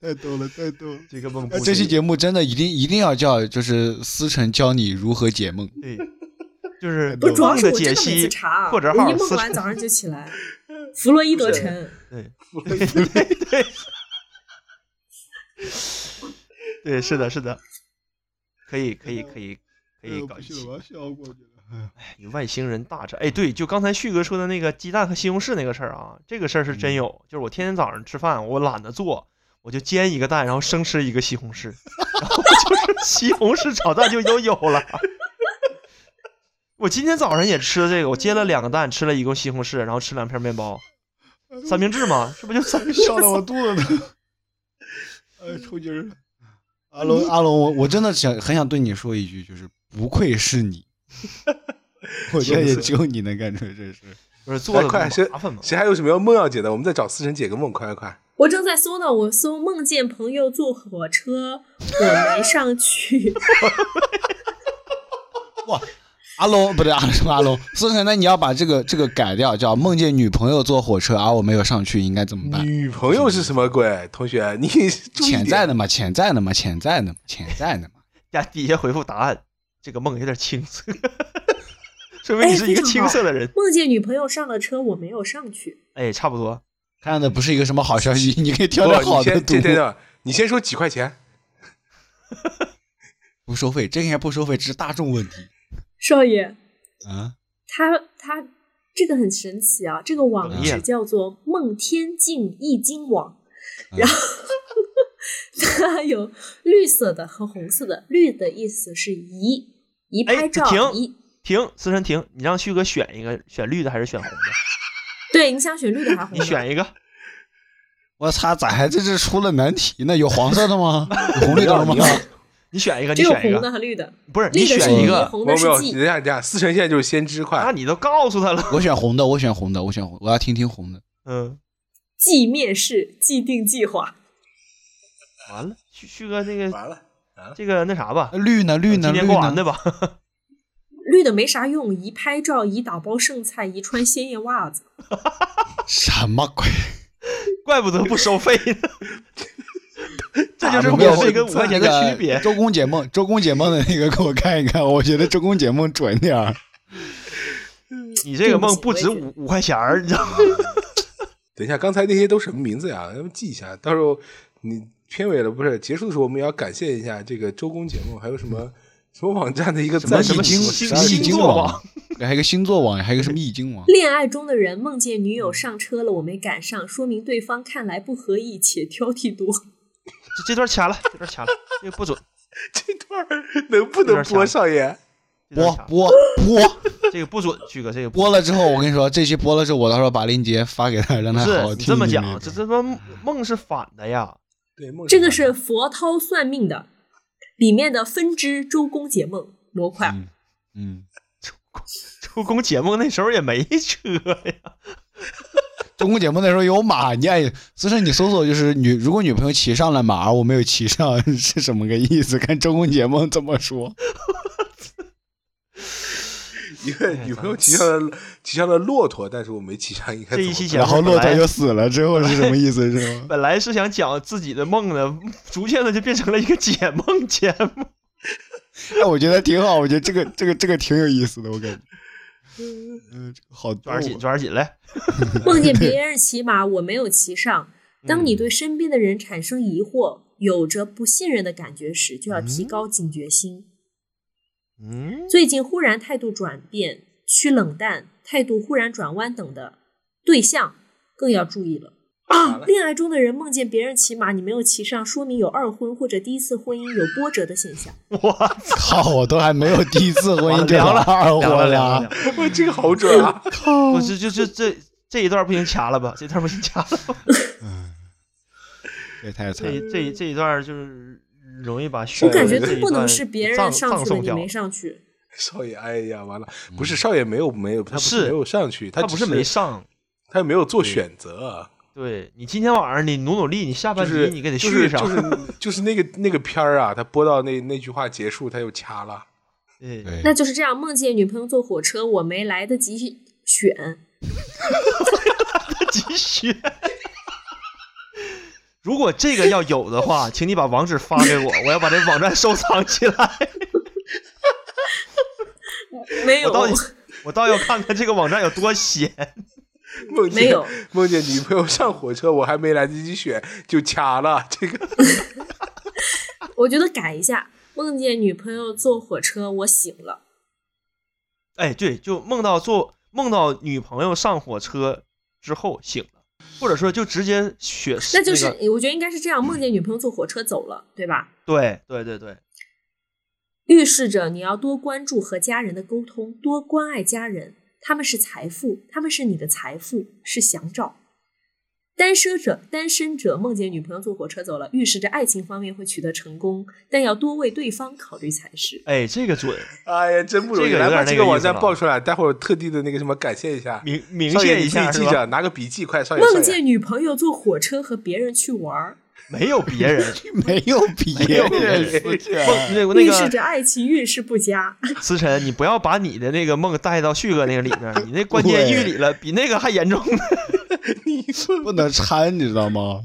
太逗了，太逗了！这个梦不那解这期节目真的一定一定要叫，就是思成教你如何解梦。对，就是不是，主要梦是的我真解的每次析查啊，或者我号一梦四完早上就起 来，弗洛伊德是城。对个 对，是的，是的，可以可以可以可哎以搞一期。要笑过去了。与外星人大战。哎，对，就刚才旭哥说的那个鸡蛋和西红柿那个事儿啊，这个事儿是嗯真有。就是我天天早上吃饭，我懒得做，我就煎一个蛋，然后生吃一个西红柿，然后就是 西红柿炒蛋就都有了。我今天早上也吃了这个，我煎了两个蛋，吃了一个西红柿，然后吃两片面包，三明治嘛，这不就 三明治？笑得我肚子疼，哎，抽筋儿了。阿龙，阿龙，我我真的想很想对你说一句，就是不愧是 你，我觉得也只有你能干出这事。不是做的快谁麻烦嘛？谁还有什么要梦要解的？我们再找思辰解个梦，快快快！我正在搜呢，我搜梦见朋友坐火车，我 没上去。哇，阿龙不对，阿龙什么阿龙？思成，那你要把这个这个改掉，叫梦见女朋友坐火车，而、我没有上去，应该怎么嗯办？女朋友是什么鬼？同学，你注意潜点在的嘛，潜在的嘛，潜在的嘛，潜在的嘛。呀，底下回复答案，这个梦有点青涩， 说明你哎是一个非常青好涩的人。梦见女朋友上了车，我没有上去。哎，差不多。看的不是一个什么好消息，你可以挑不点你好的先读这。这这，你先说几块钱？不收费，这个应该不收费，这是大众问题少爷，啊。他他这个很神奇啊，这个网网址页叫做梦天境易经网，嗯然后 它有绿色的和红色的，绿的意思是移移哎拍照，停移停，思辰停，你让旭哥选一个，选绿的还是选红的？对，你想选绿的还是红你的？选一个，我操，咋还在这出了难题呢？有黄色的吗？有红绿灯吗你？要你选一个，只你有选一红的个，和绿的，不是你绿的是选一移，个，红的没有是没有，记等一。下等一下，思辰现在就是先知那快，你都告诉他了， 我选红的，我选红的，我选红，我要听听红的。嗯，即面试，既定计划。完了，旭旭哥那个完了，这个那啥吧呃那，绿呢？呃绿呢？今绿天过完呢？的吧，绿的没啥用，宜拍照，宜打包剩菜，宜穿鲜艳袜子。 什么鬼？怪不得不收费 呢，这就是啊没有免费跟五块钱的区那别个。周公解梦，周公解梦的那个给我看一看，我觉得周公解梦准点儿。你这个梦不值对不起五五块钱儿，你知道吗？等一下，刚才那些都什么名字呀？咱们记一下，到时候你片尾了，不是结束的时候，我们也要感谢一下这个周公节目，还有什么什么网站的一个什么赞嗯助什么什星经么星啥易星经座网网，还有一个星座网，还有一个什么易经网，恋爱中的人梦见女友上车了，我没赶上，说明对方看来不合意且挑剔多。这这段掐了，这段掐了，这个不准，这段儿能不能播上演？这播段掐了播播这个不准，曲哥这个不播了之后，我跟你说，这期播了之后，我到时候把链接发给他，让不他好是好你听。这么讲，这这他妈梦是反的呀，对，梦这个是佛涛算命的里面的分支周公解梦模块。嗯嗯，周公解梦那时候也没车呀，中公节目那时候有马，你哎，自身你搜索就是女，如果女朋友骑上了马，而我没有骑上，是什么个意思？看周公节目这么 说，一个女朋友骑上了骑上了骆驼，但是我没骑上，应该这一期怎节目么然后本骆来驼就死了，之后是什么意思？是 吗？本来是想讲自己的梦的，逐渐的就变成了一个解梦节 目。哎，我觉得挺好，我觉得这个这个这个挺有意思的，我 感觉。嗯，这个好多抓紧，抓紧来！梦见别人骑马，我没有骑上。当你对身边的人产生疑惑，有着不信任的感觉时，就要提高警觉心。嗯，最近忽然态度转变、趋冷淡、态度忽然转弯等的对象，更要注意了。啊，恋爱中的人梦见别人骑马，你没有骑上，说明有二婚或者第一次婚姻有波折的现象。我靠，我都还没有第一次婚姻就凉了，二 凉了，婚 凉了。凉了。哇，这个好准啊！ 靠我！这就就这这一段不行，掐了吧，这段不行，掐了吧。这哎太惨这了，一这一这一段就是容易把血我对感觉这这一不能段是别人葬上葬去了，送你掉没上去。少爷，哎呀，完了，不是少爷没有没有，他嗯不是没有上去，他只不是是没，上。他没有做选择，啊对你今天晚上你努努力，你下就半是集你给得就续是上就。是就是那个那个片儿啊，他播到那那句话结束，他又掐了。对，对那就是这样，梦见女朋友坐火车，我没来得及选。 继续。如果这个要有的话，请你把网址发给我，我要把这网站收藏起来。没有我，到 底，我倒要看看这个网站有多闲。梦见没有梦见女朋友上火车，我还没来得及选就掐了。这个我觉得改一下。梦见女朋友坐火车，我醒了。哎，对，就梦到坐梦到女朋友上火车之后醒了，或者说就直接血，那就是、个我觉得应该是这样，梦见女朋友坐火车走了，对吧？对对对对，预示着你要多关注和家人的沟通，多关爱家人，他们是财富，他们是你的财富，是祥兆。单身者，单身者梦见女朋友坐火车走了，预示着爱情方面会取得成功，但要多为对方考虑才是。哎，这个准，哎呀，真不容易，这个有来点把那这个意思网站了报出来，待会儿特地的那个什么感谢一下，明明少爷确一你下自是己吧？记着，拿个笔记，快少爷。梦哎少爷见女朋友坐火车和别人去玩儿，没有别 人，没有别没有别人人出去啊，梦那个那预示个着爱情运势不佳。思辰，你不要把你的那个梦带到旭哥那个里面，你那 关监狱里了，比那个还严重呢。不能掺，你知道吗？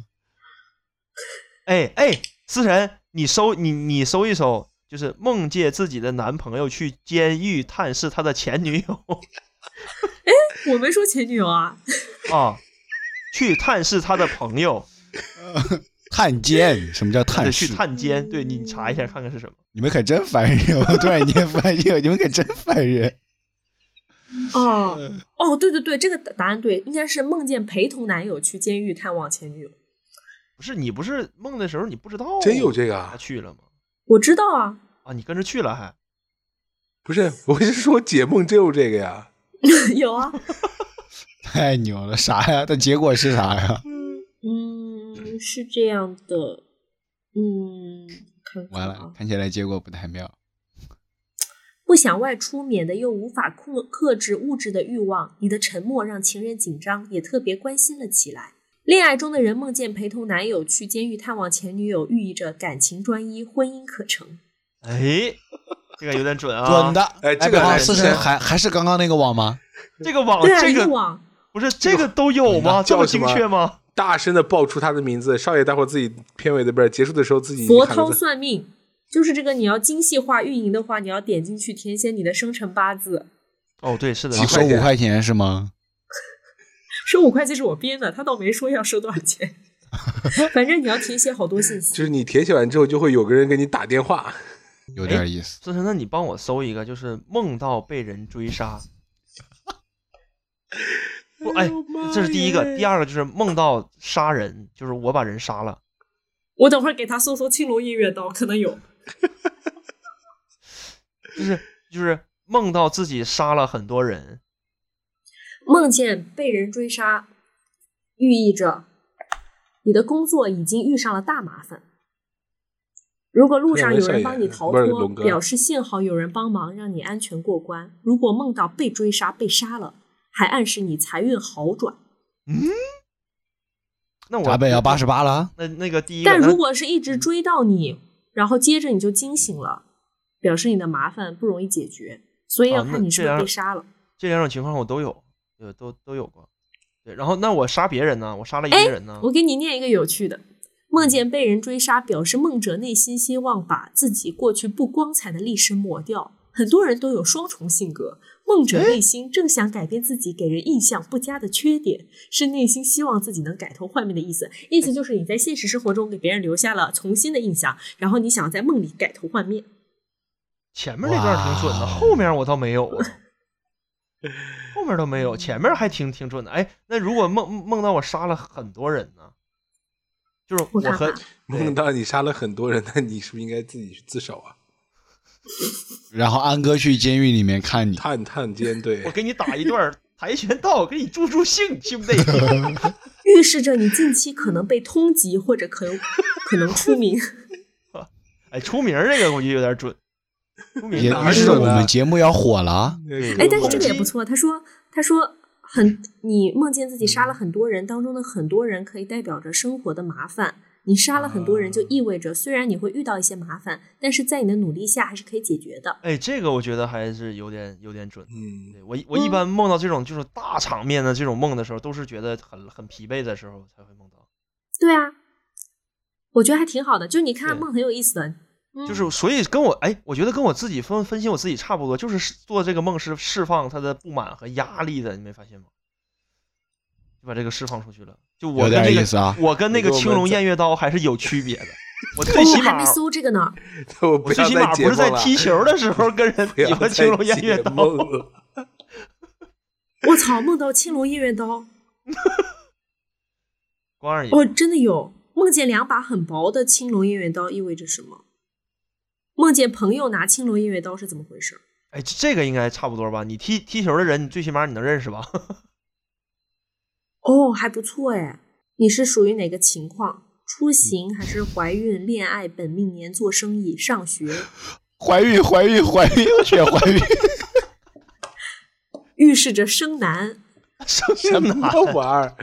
哎哎，思辰，你搜你你搜一搜，就是梦见自己的男朋友去监狱探视他的前女友 我没说前女友啊，啊，去探视他的朋友，探监，什么叫探得去视？探监，对你查嗯一下看看是什么。你们可真烦人！ 我突然间发现， 你们可真烦人。哦哦，对对对，这个答案对，应该是梦见陪同男友去监狱探望前女友。不是你不是梦的时候你不知道，真有这个他啊？去了吗？我知道啊， 啊，你跟着去了还？不是，我是说解梦真有这个呀。有啊，太牛了，啥呀？但结果是啥 呀？嗯，是这样的，嗯，看看完啊了，看起来结果不太妙。不想外出，免得又无法克克制物质的欲望。你的沉默让情人紧张，也特别关心了起来。恋爱中的人梦见陪同男友去监狱探望前女友，寓意着感情专一，婚姻可成。哎，这个有点准 啊，准的，哎这个北方还四是神还还是刚刚那个网吗？这个网对啊，哦这欲个望不是这个都有吗？这叫么什精么确吗？大声的报出他的名字，少爷待会儿自己片尾的不是结束的时候自己佛喊个涛字算命，就是这个，你要精细化运营的话，你要点进去填写你的生辰八字。哦，对，是的，几啊块收钱五块钱是吗？收五块钱是我编的，他倒没说要收多少钱。 反正你要填写好多信息。就是你填写完之后，就会有个人给你打电话。有点意思。孙生，那你帮我搜一个，就是梦到被人追杀。不，哎，这是第一个，第二个就是梦到杀人，就是我把人杀了。我等会儿给他搜搜青龙偃月刀，可能有。就是就是梦到自己杀了很多人，梦见被人追杀，寓意着你的工作已经遇上了大麻烦。如果路上有人帮你逃不是脱，龙哥表示幸好有人帮忙，让你安全过关；如果梦到被追杀、被杀了，还暗示你财运好转。那我闸北要八十八了啊，那那个第一个，但那如果是一直追到你，然后接着你就惊醒了，表示你的麻烦不容易解决，所以要哦那看你是不这是样被杀了。这两种情况我都有，有都都有过。对，然后那我杀别人呢？我杀了一哎个人呢？我给你念一个有趣的：梦见被人追杀，表示梦者内心希望把自己过去不光彩的历史抹掉。很多人都有双重性格，梦者内心正想改变自己给人印象不佳的缺点，是内心希望自己能改头换面的意思。意思就是你在现实生活中给别人留下了重新的印象，然后你想在梦里改头换面。前面那段挺准的，哇后面我倒没有 啊，后面都没有，前面还挺挺准的。哎，那如果梦梦到我杀了很多人呢？就是我我看和看梦到你杀了很多人，那 你是不是应该自己去自首啊？然后安哥去监狱里面看你，探探监我对，给你打一段儿跆拳道，给你助助兴，兄 弟。预示着你近期可能被通缉或者可有可能出名。哎，出名儿这个估计有点准，出名也儿哪预儿示着有呢我们节目要火了啊。哎，但是这个也不错。他说，他说很，你梦见自己杀了很多人，当中的很多人可以代表着生活的麻烦。你杀了很多人，就啊意味着虽然你会遇到一些麻烦，但是在你的努力下还是可以解决的。哎，这个我觉得还是有点有点准。嗯，对我一我一般梦到这种就是大场面的这种梦的时候，都是觉得很很疲惫的时候才会梦到。对啊，我觉得还挺好的。就你看对梦很有意思的，嗯就是所以跟我哎，我觉得跟我自己分分析我自己差不多，就是释做这个梦是释放他的不满和压力的，你没发现吗？就把这个释放出去了。就有我跟点那个意思啊我跟那个你给我们青龙再偃月刀还是有 区别的。我哦最起我还码没搜这个呢。我我不最要起码再解不是梦在了，踢球的时候跟人 不比要划再青龙偃月解刀。梦了。 我操，梦到青龙偃月刀，光二爷，哦，真的有梦见两把很薄的青龙偃月刀意味着什么？梦见朋友拿青龙偃月刀是怎么回事？哎，这这个应该差不多吧？你踢踢球的人，你最起码你能认识吧？ 哦，还不错哎。你是属于哪个情况？出行还是怀孕、恋爱、本命年、做生意、上学？怀孕，怀孕，怀孕，选怀孕，预示着生男。上 什哪么玩意儿？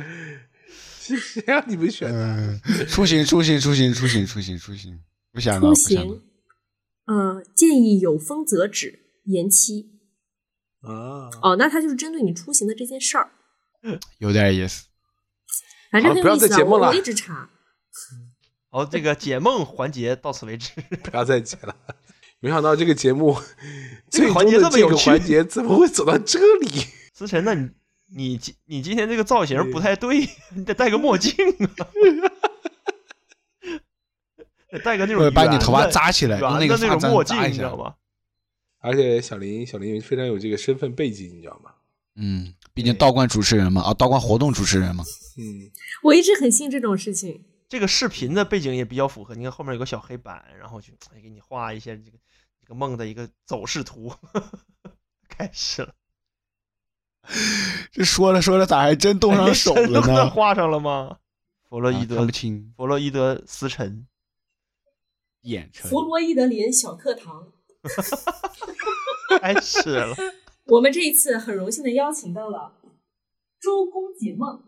谁谁让你们选的？嗯，出行，出行，出行，出行，出行，出行，不想了，出不想了行。，呃，建议有风则止，延期。啊，嗯哦，那他就是针对你出行的这件事儿，有点意思。反正好很不有意要思再啊。解梦我我了一直查，好，这个解梦环节到此为止。不要再解了。没想到这个节目这个最终环节这的么有这个趣环节怎么会走到这里？思辰，那你你今你今天这个造型不太对， 你得戴个墨镜啊， 得戴个那或种者把你圆头发的扎起来，圆用的个那发种簪墨扎镜，一你知下道。吗？而且小林，小林非常有这个身份背景，你知道吗？嗯，毕竟道观主持人嘛，啊，道观活动主持人嘛，嗯，我一直很信这种事情。这个视频的背景也比较符合，你看后面有个小黑板，然后就哎给你画一些这个这个梦的一个走势图。 开始了，这说着说着咋还真动上手哎了真的呢？画上了吗？弗洛伊啊德看不，清弗洛伊德思辰，眼神。弗洛伊德林小课堂，开始了。我们这一次很荣幸的邀请到了周公解梦，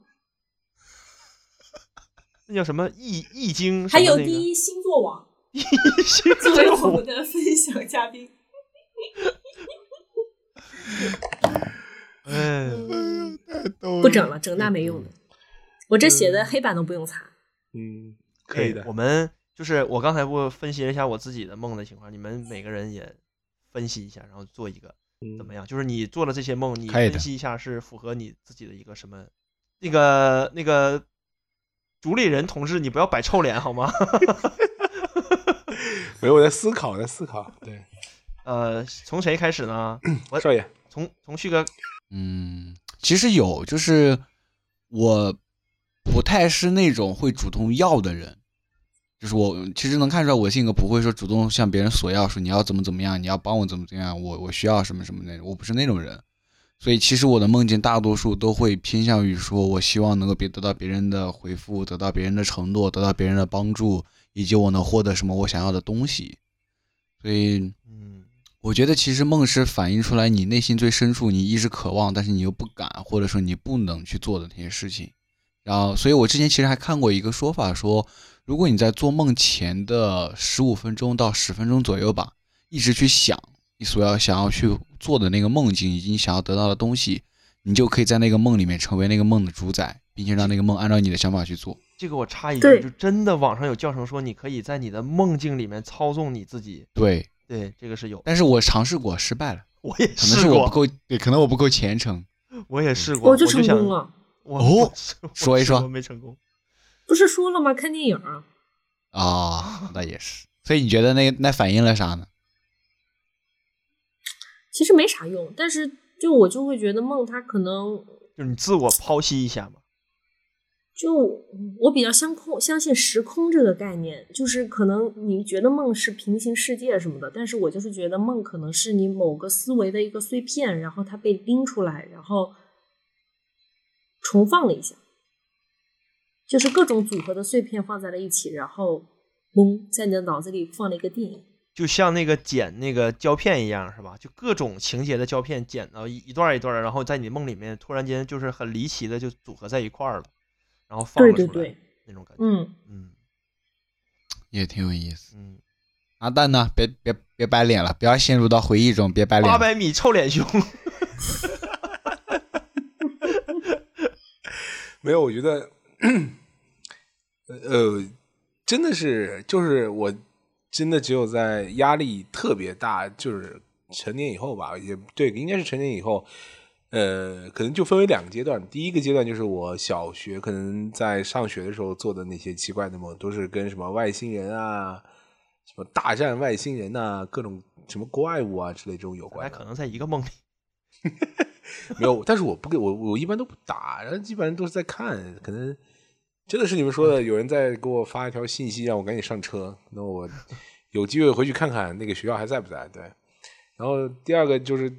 那叫什么易易经什还么那个？有第一 星座 网一星作为我座们的分享嘉宾。哎，不整了，整那没用的。我这写的黑板都不用擦。嗯，可以的哎我。们就是我刚才不分析了一下我自己的梦的情况，你们每个人也分析一下，然后做一个嗯怎么样？就是你做了这些梦，嗯你可以的分析一下是符合你自己的一个什么？那个那个主理人同志，你不要摆臭脸好吗？ 没有，我在思考，我在思考。对，呃，从谁开始呢？我少爷，从从旭哥，嗯，其实有，就是我不太是那种会主动要的人，就是我其实能看出来我性格不会说主动向别人索要，说你要怎么怎么样，你要帮我怎么怎么样，我我需要什么什么那种，我不是那种人。所以其实我的梦境大多数都会偏向于说，我希望能够别得到别人的回复，得到别人的承诺，得到别人的帮助，以及我能获得什么我想要的东西。所以嗯我觉得其实梦是反映出来你内心最深处你一直渴望，但是你又不敢，或者说你不能去做的那些事情。然后，所以我之前其实还看过一个说法说，如果你在做梦前的十五分钟到十分钟左右吧，一直去想你所要想要去做的那个梦境以及你想要得到的东西，你就可以在那个梦里面成为那个梦的主宰，并且让那个梦按照你的想法去做。这个我插一句，对就真的网上有教程说，你可以在你的梦境里面操纵你自己。对，对，这个是有， 但是我尝试过，失败了，我也可能试是我不过，够，对，可能我不够虔诚。我也试过，我我就成想功，了。我哦我试我说一试过说没成功。不是说了吗？看电影儿啊、那也是。所以你觉得那那反映了啥呢？其实没啥用，但是就我就会觉得梦它可能就是你自我剖析一下嘛。就我比较相控相信时空这个概念，就是可能你觉得梦是平行世界什么的，但是我就是觉得梦可能是你某个思维的一个碎片，然后它被拎出来，然后重放了一下，就是各种组合的碎片放在了一起，然后嗡，在你的脑子里放了一个电影。就像那个剪那个胶片一样，是吧？就各种情节的胶片剪到一一段儿一段儿的，然后在你梦里面突然间就是很离奇的就组合在一块儿了，然后放对了出对来对，那种感觉。嗯，嗯也挺有意思。嗯，阿啊蛋呢？别别别摆脸了，不要陷入到回忆中，别摆脸八了。百米臭脸熊，没有，我觉得，呃，真的是，就是我真的只有在压力特别大，就是成年以后吧，也对，应该是成年以后，呃，可能就分为两个阶段。第一个阶段就是我小学可能在上学的时候做的那些奇怪的梦，都是跟什么外星人啊、什么大战外星人呐、各种什么怪物啊之类这种有我还关的哎可。能在一个梦里。没有，但是我不给我我一般都不打，然后基本上都是在看，可能真的是你们说的，有人在给我发一条信息让我赶紧上车，那我有机会回去看看那个学校还在不在。对，然后第二个就是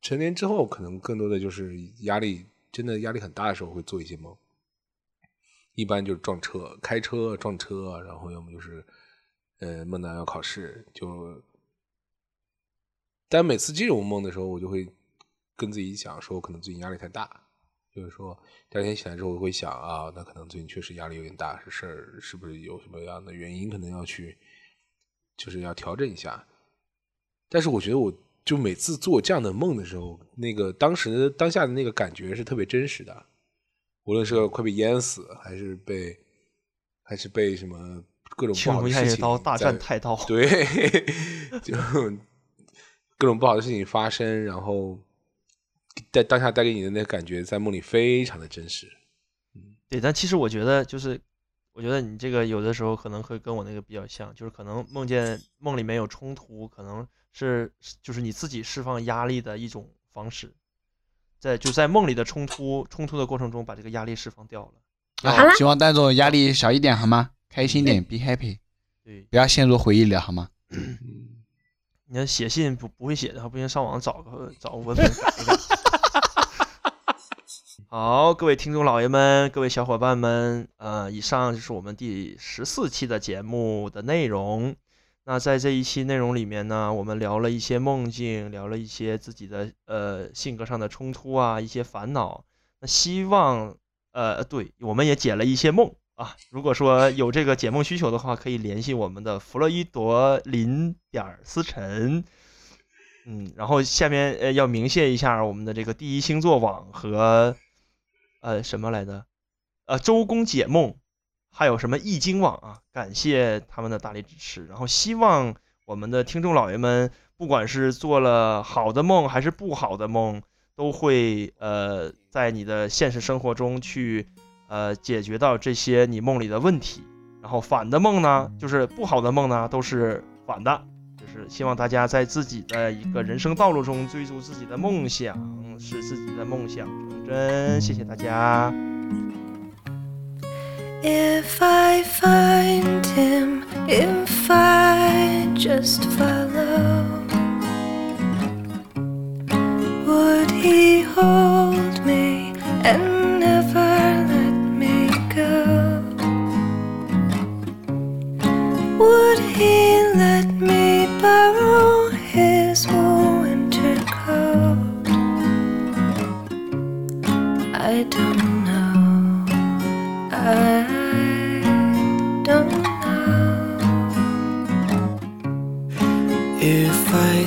成年之后，可能更多的就是压力，真的压力很大的时候会做一些梦，一般就是撞车、开车撞车，然后要么就是呃梦到要考试，就但每次这种梦的时候，我就会跟自己讲说，我可能最近压力太大，就是说第二天起来之后，我会想啊，那可能最近确实压力有点大，是事儿是不是有什么样的原因，可能要去就是要调整一下。但是我觉得，我就每次做这样的梦的时候，那个当时当下的那个感觉是特别真实的，无论是快被淹死，还是被还是被什么各种不青好龙的偃事月情刀，大战在太 刀。对，就各种不好的事情发生，然后在当下带给你的那个感觉，在梦里非常的真实。对，但其实我觉得就是，我觉得你这个有的时候可能会跟我那个比较像，就是可能梦见梦里面有冲突，可能是就是你自己释放压力的一种方式，在就在梦里的冲突冲突的过程中把这个压力释放掉了。好啦啊，希望蛋总压力小一点好吗？开心点，be happy，对，不要陷入回忆里好吗？你要写信不不会写的话，不行上网找个找个文本改一改。好，各位听众老爷们，各位小伙伴们，呃，以上就是我们第十四期的节目的内容。那在这一期内容里面呢，我们聊了一些梦境，聊了一些自己的呃性格上的冲突啊，一些烦恼。那希望呃，对，我们也解了一些梦啊。如果说有这个解梦需求的话，可以联系我们的弗洛伊德林点儿思辰。嗯，然后下面呃要鸣谢一下我们的这个第一星座网和呃什么来着？呃，周公解梦，还有什么易经网啊？感谢他们的大力支持。然后希望我们的听众老爷们，不管是做了好的梦还是不好的梦，都会呃在你的现实生活中去呃解决到这些你梦里的问题。然后反的梦呢，就是不好的梦呢，都是反的。就是希望大家在自己的一个人生道路中追逐自己的梦想，使自己的梦想成真。谢谢大家。 If I find him, if I just follow, would he hold me and never let me go? Would he let me borrow his winter coat? I don't know. I don't know. If I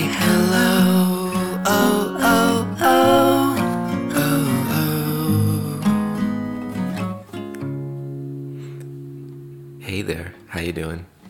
hello. Oh, oh, oh, oh, oh. Hey there, how you doing?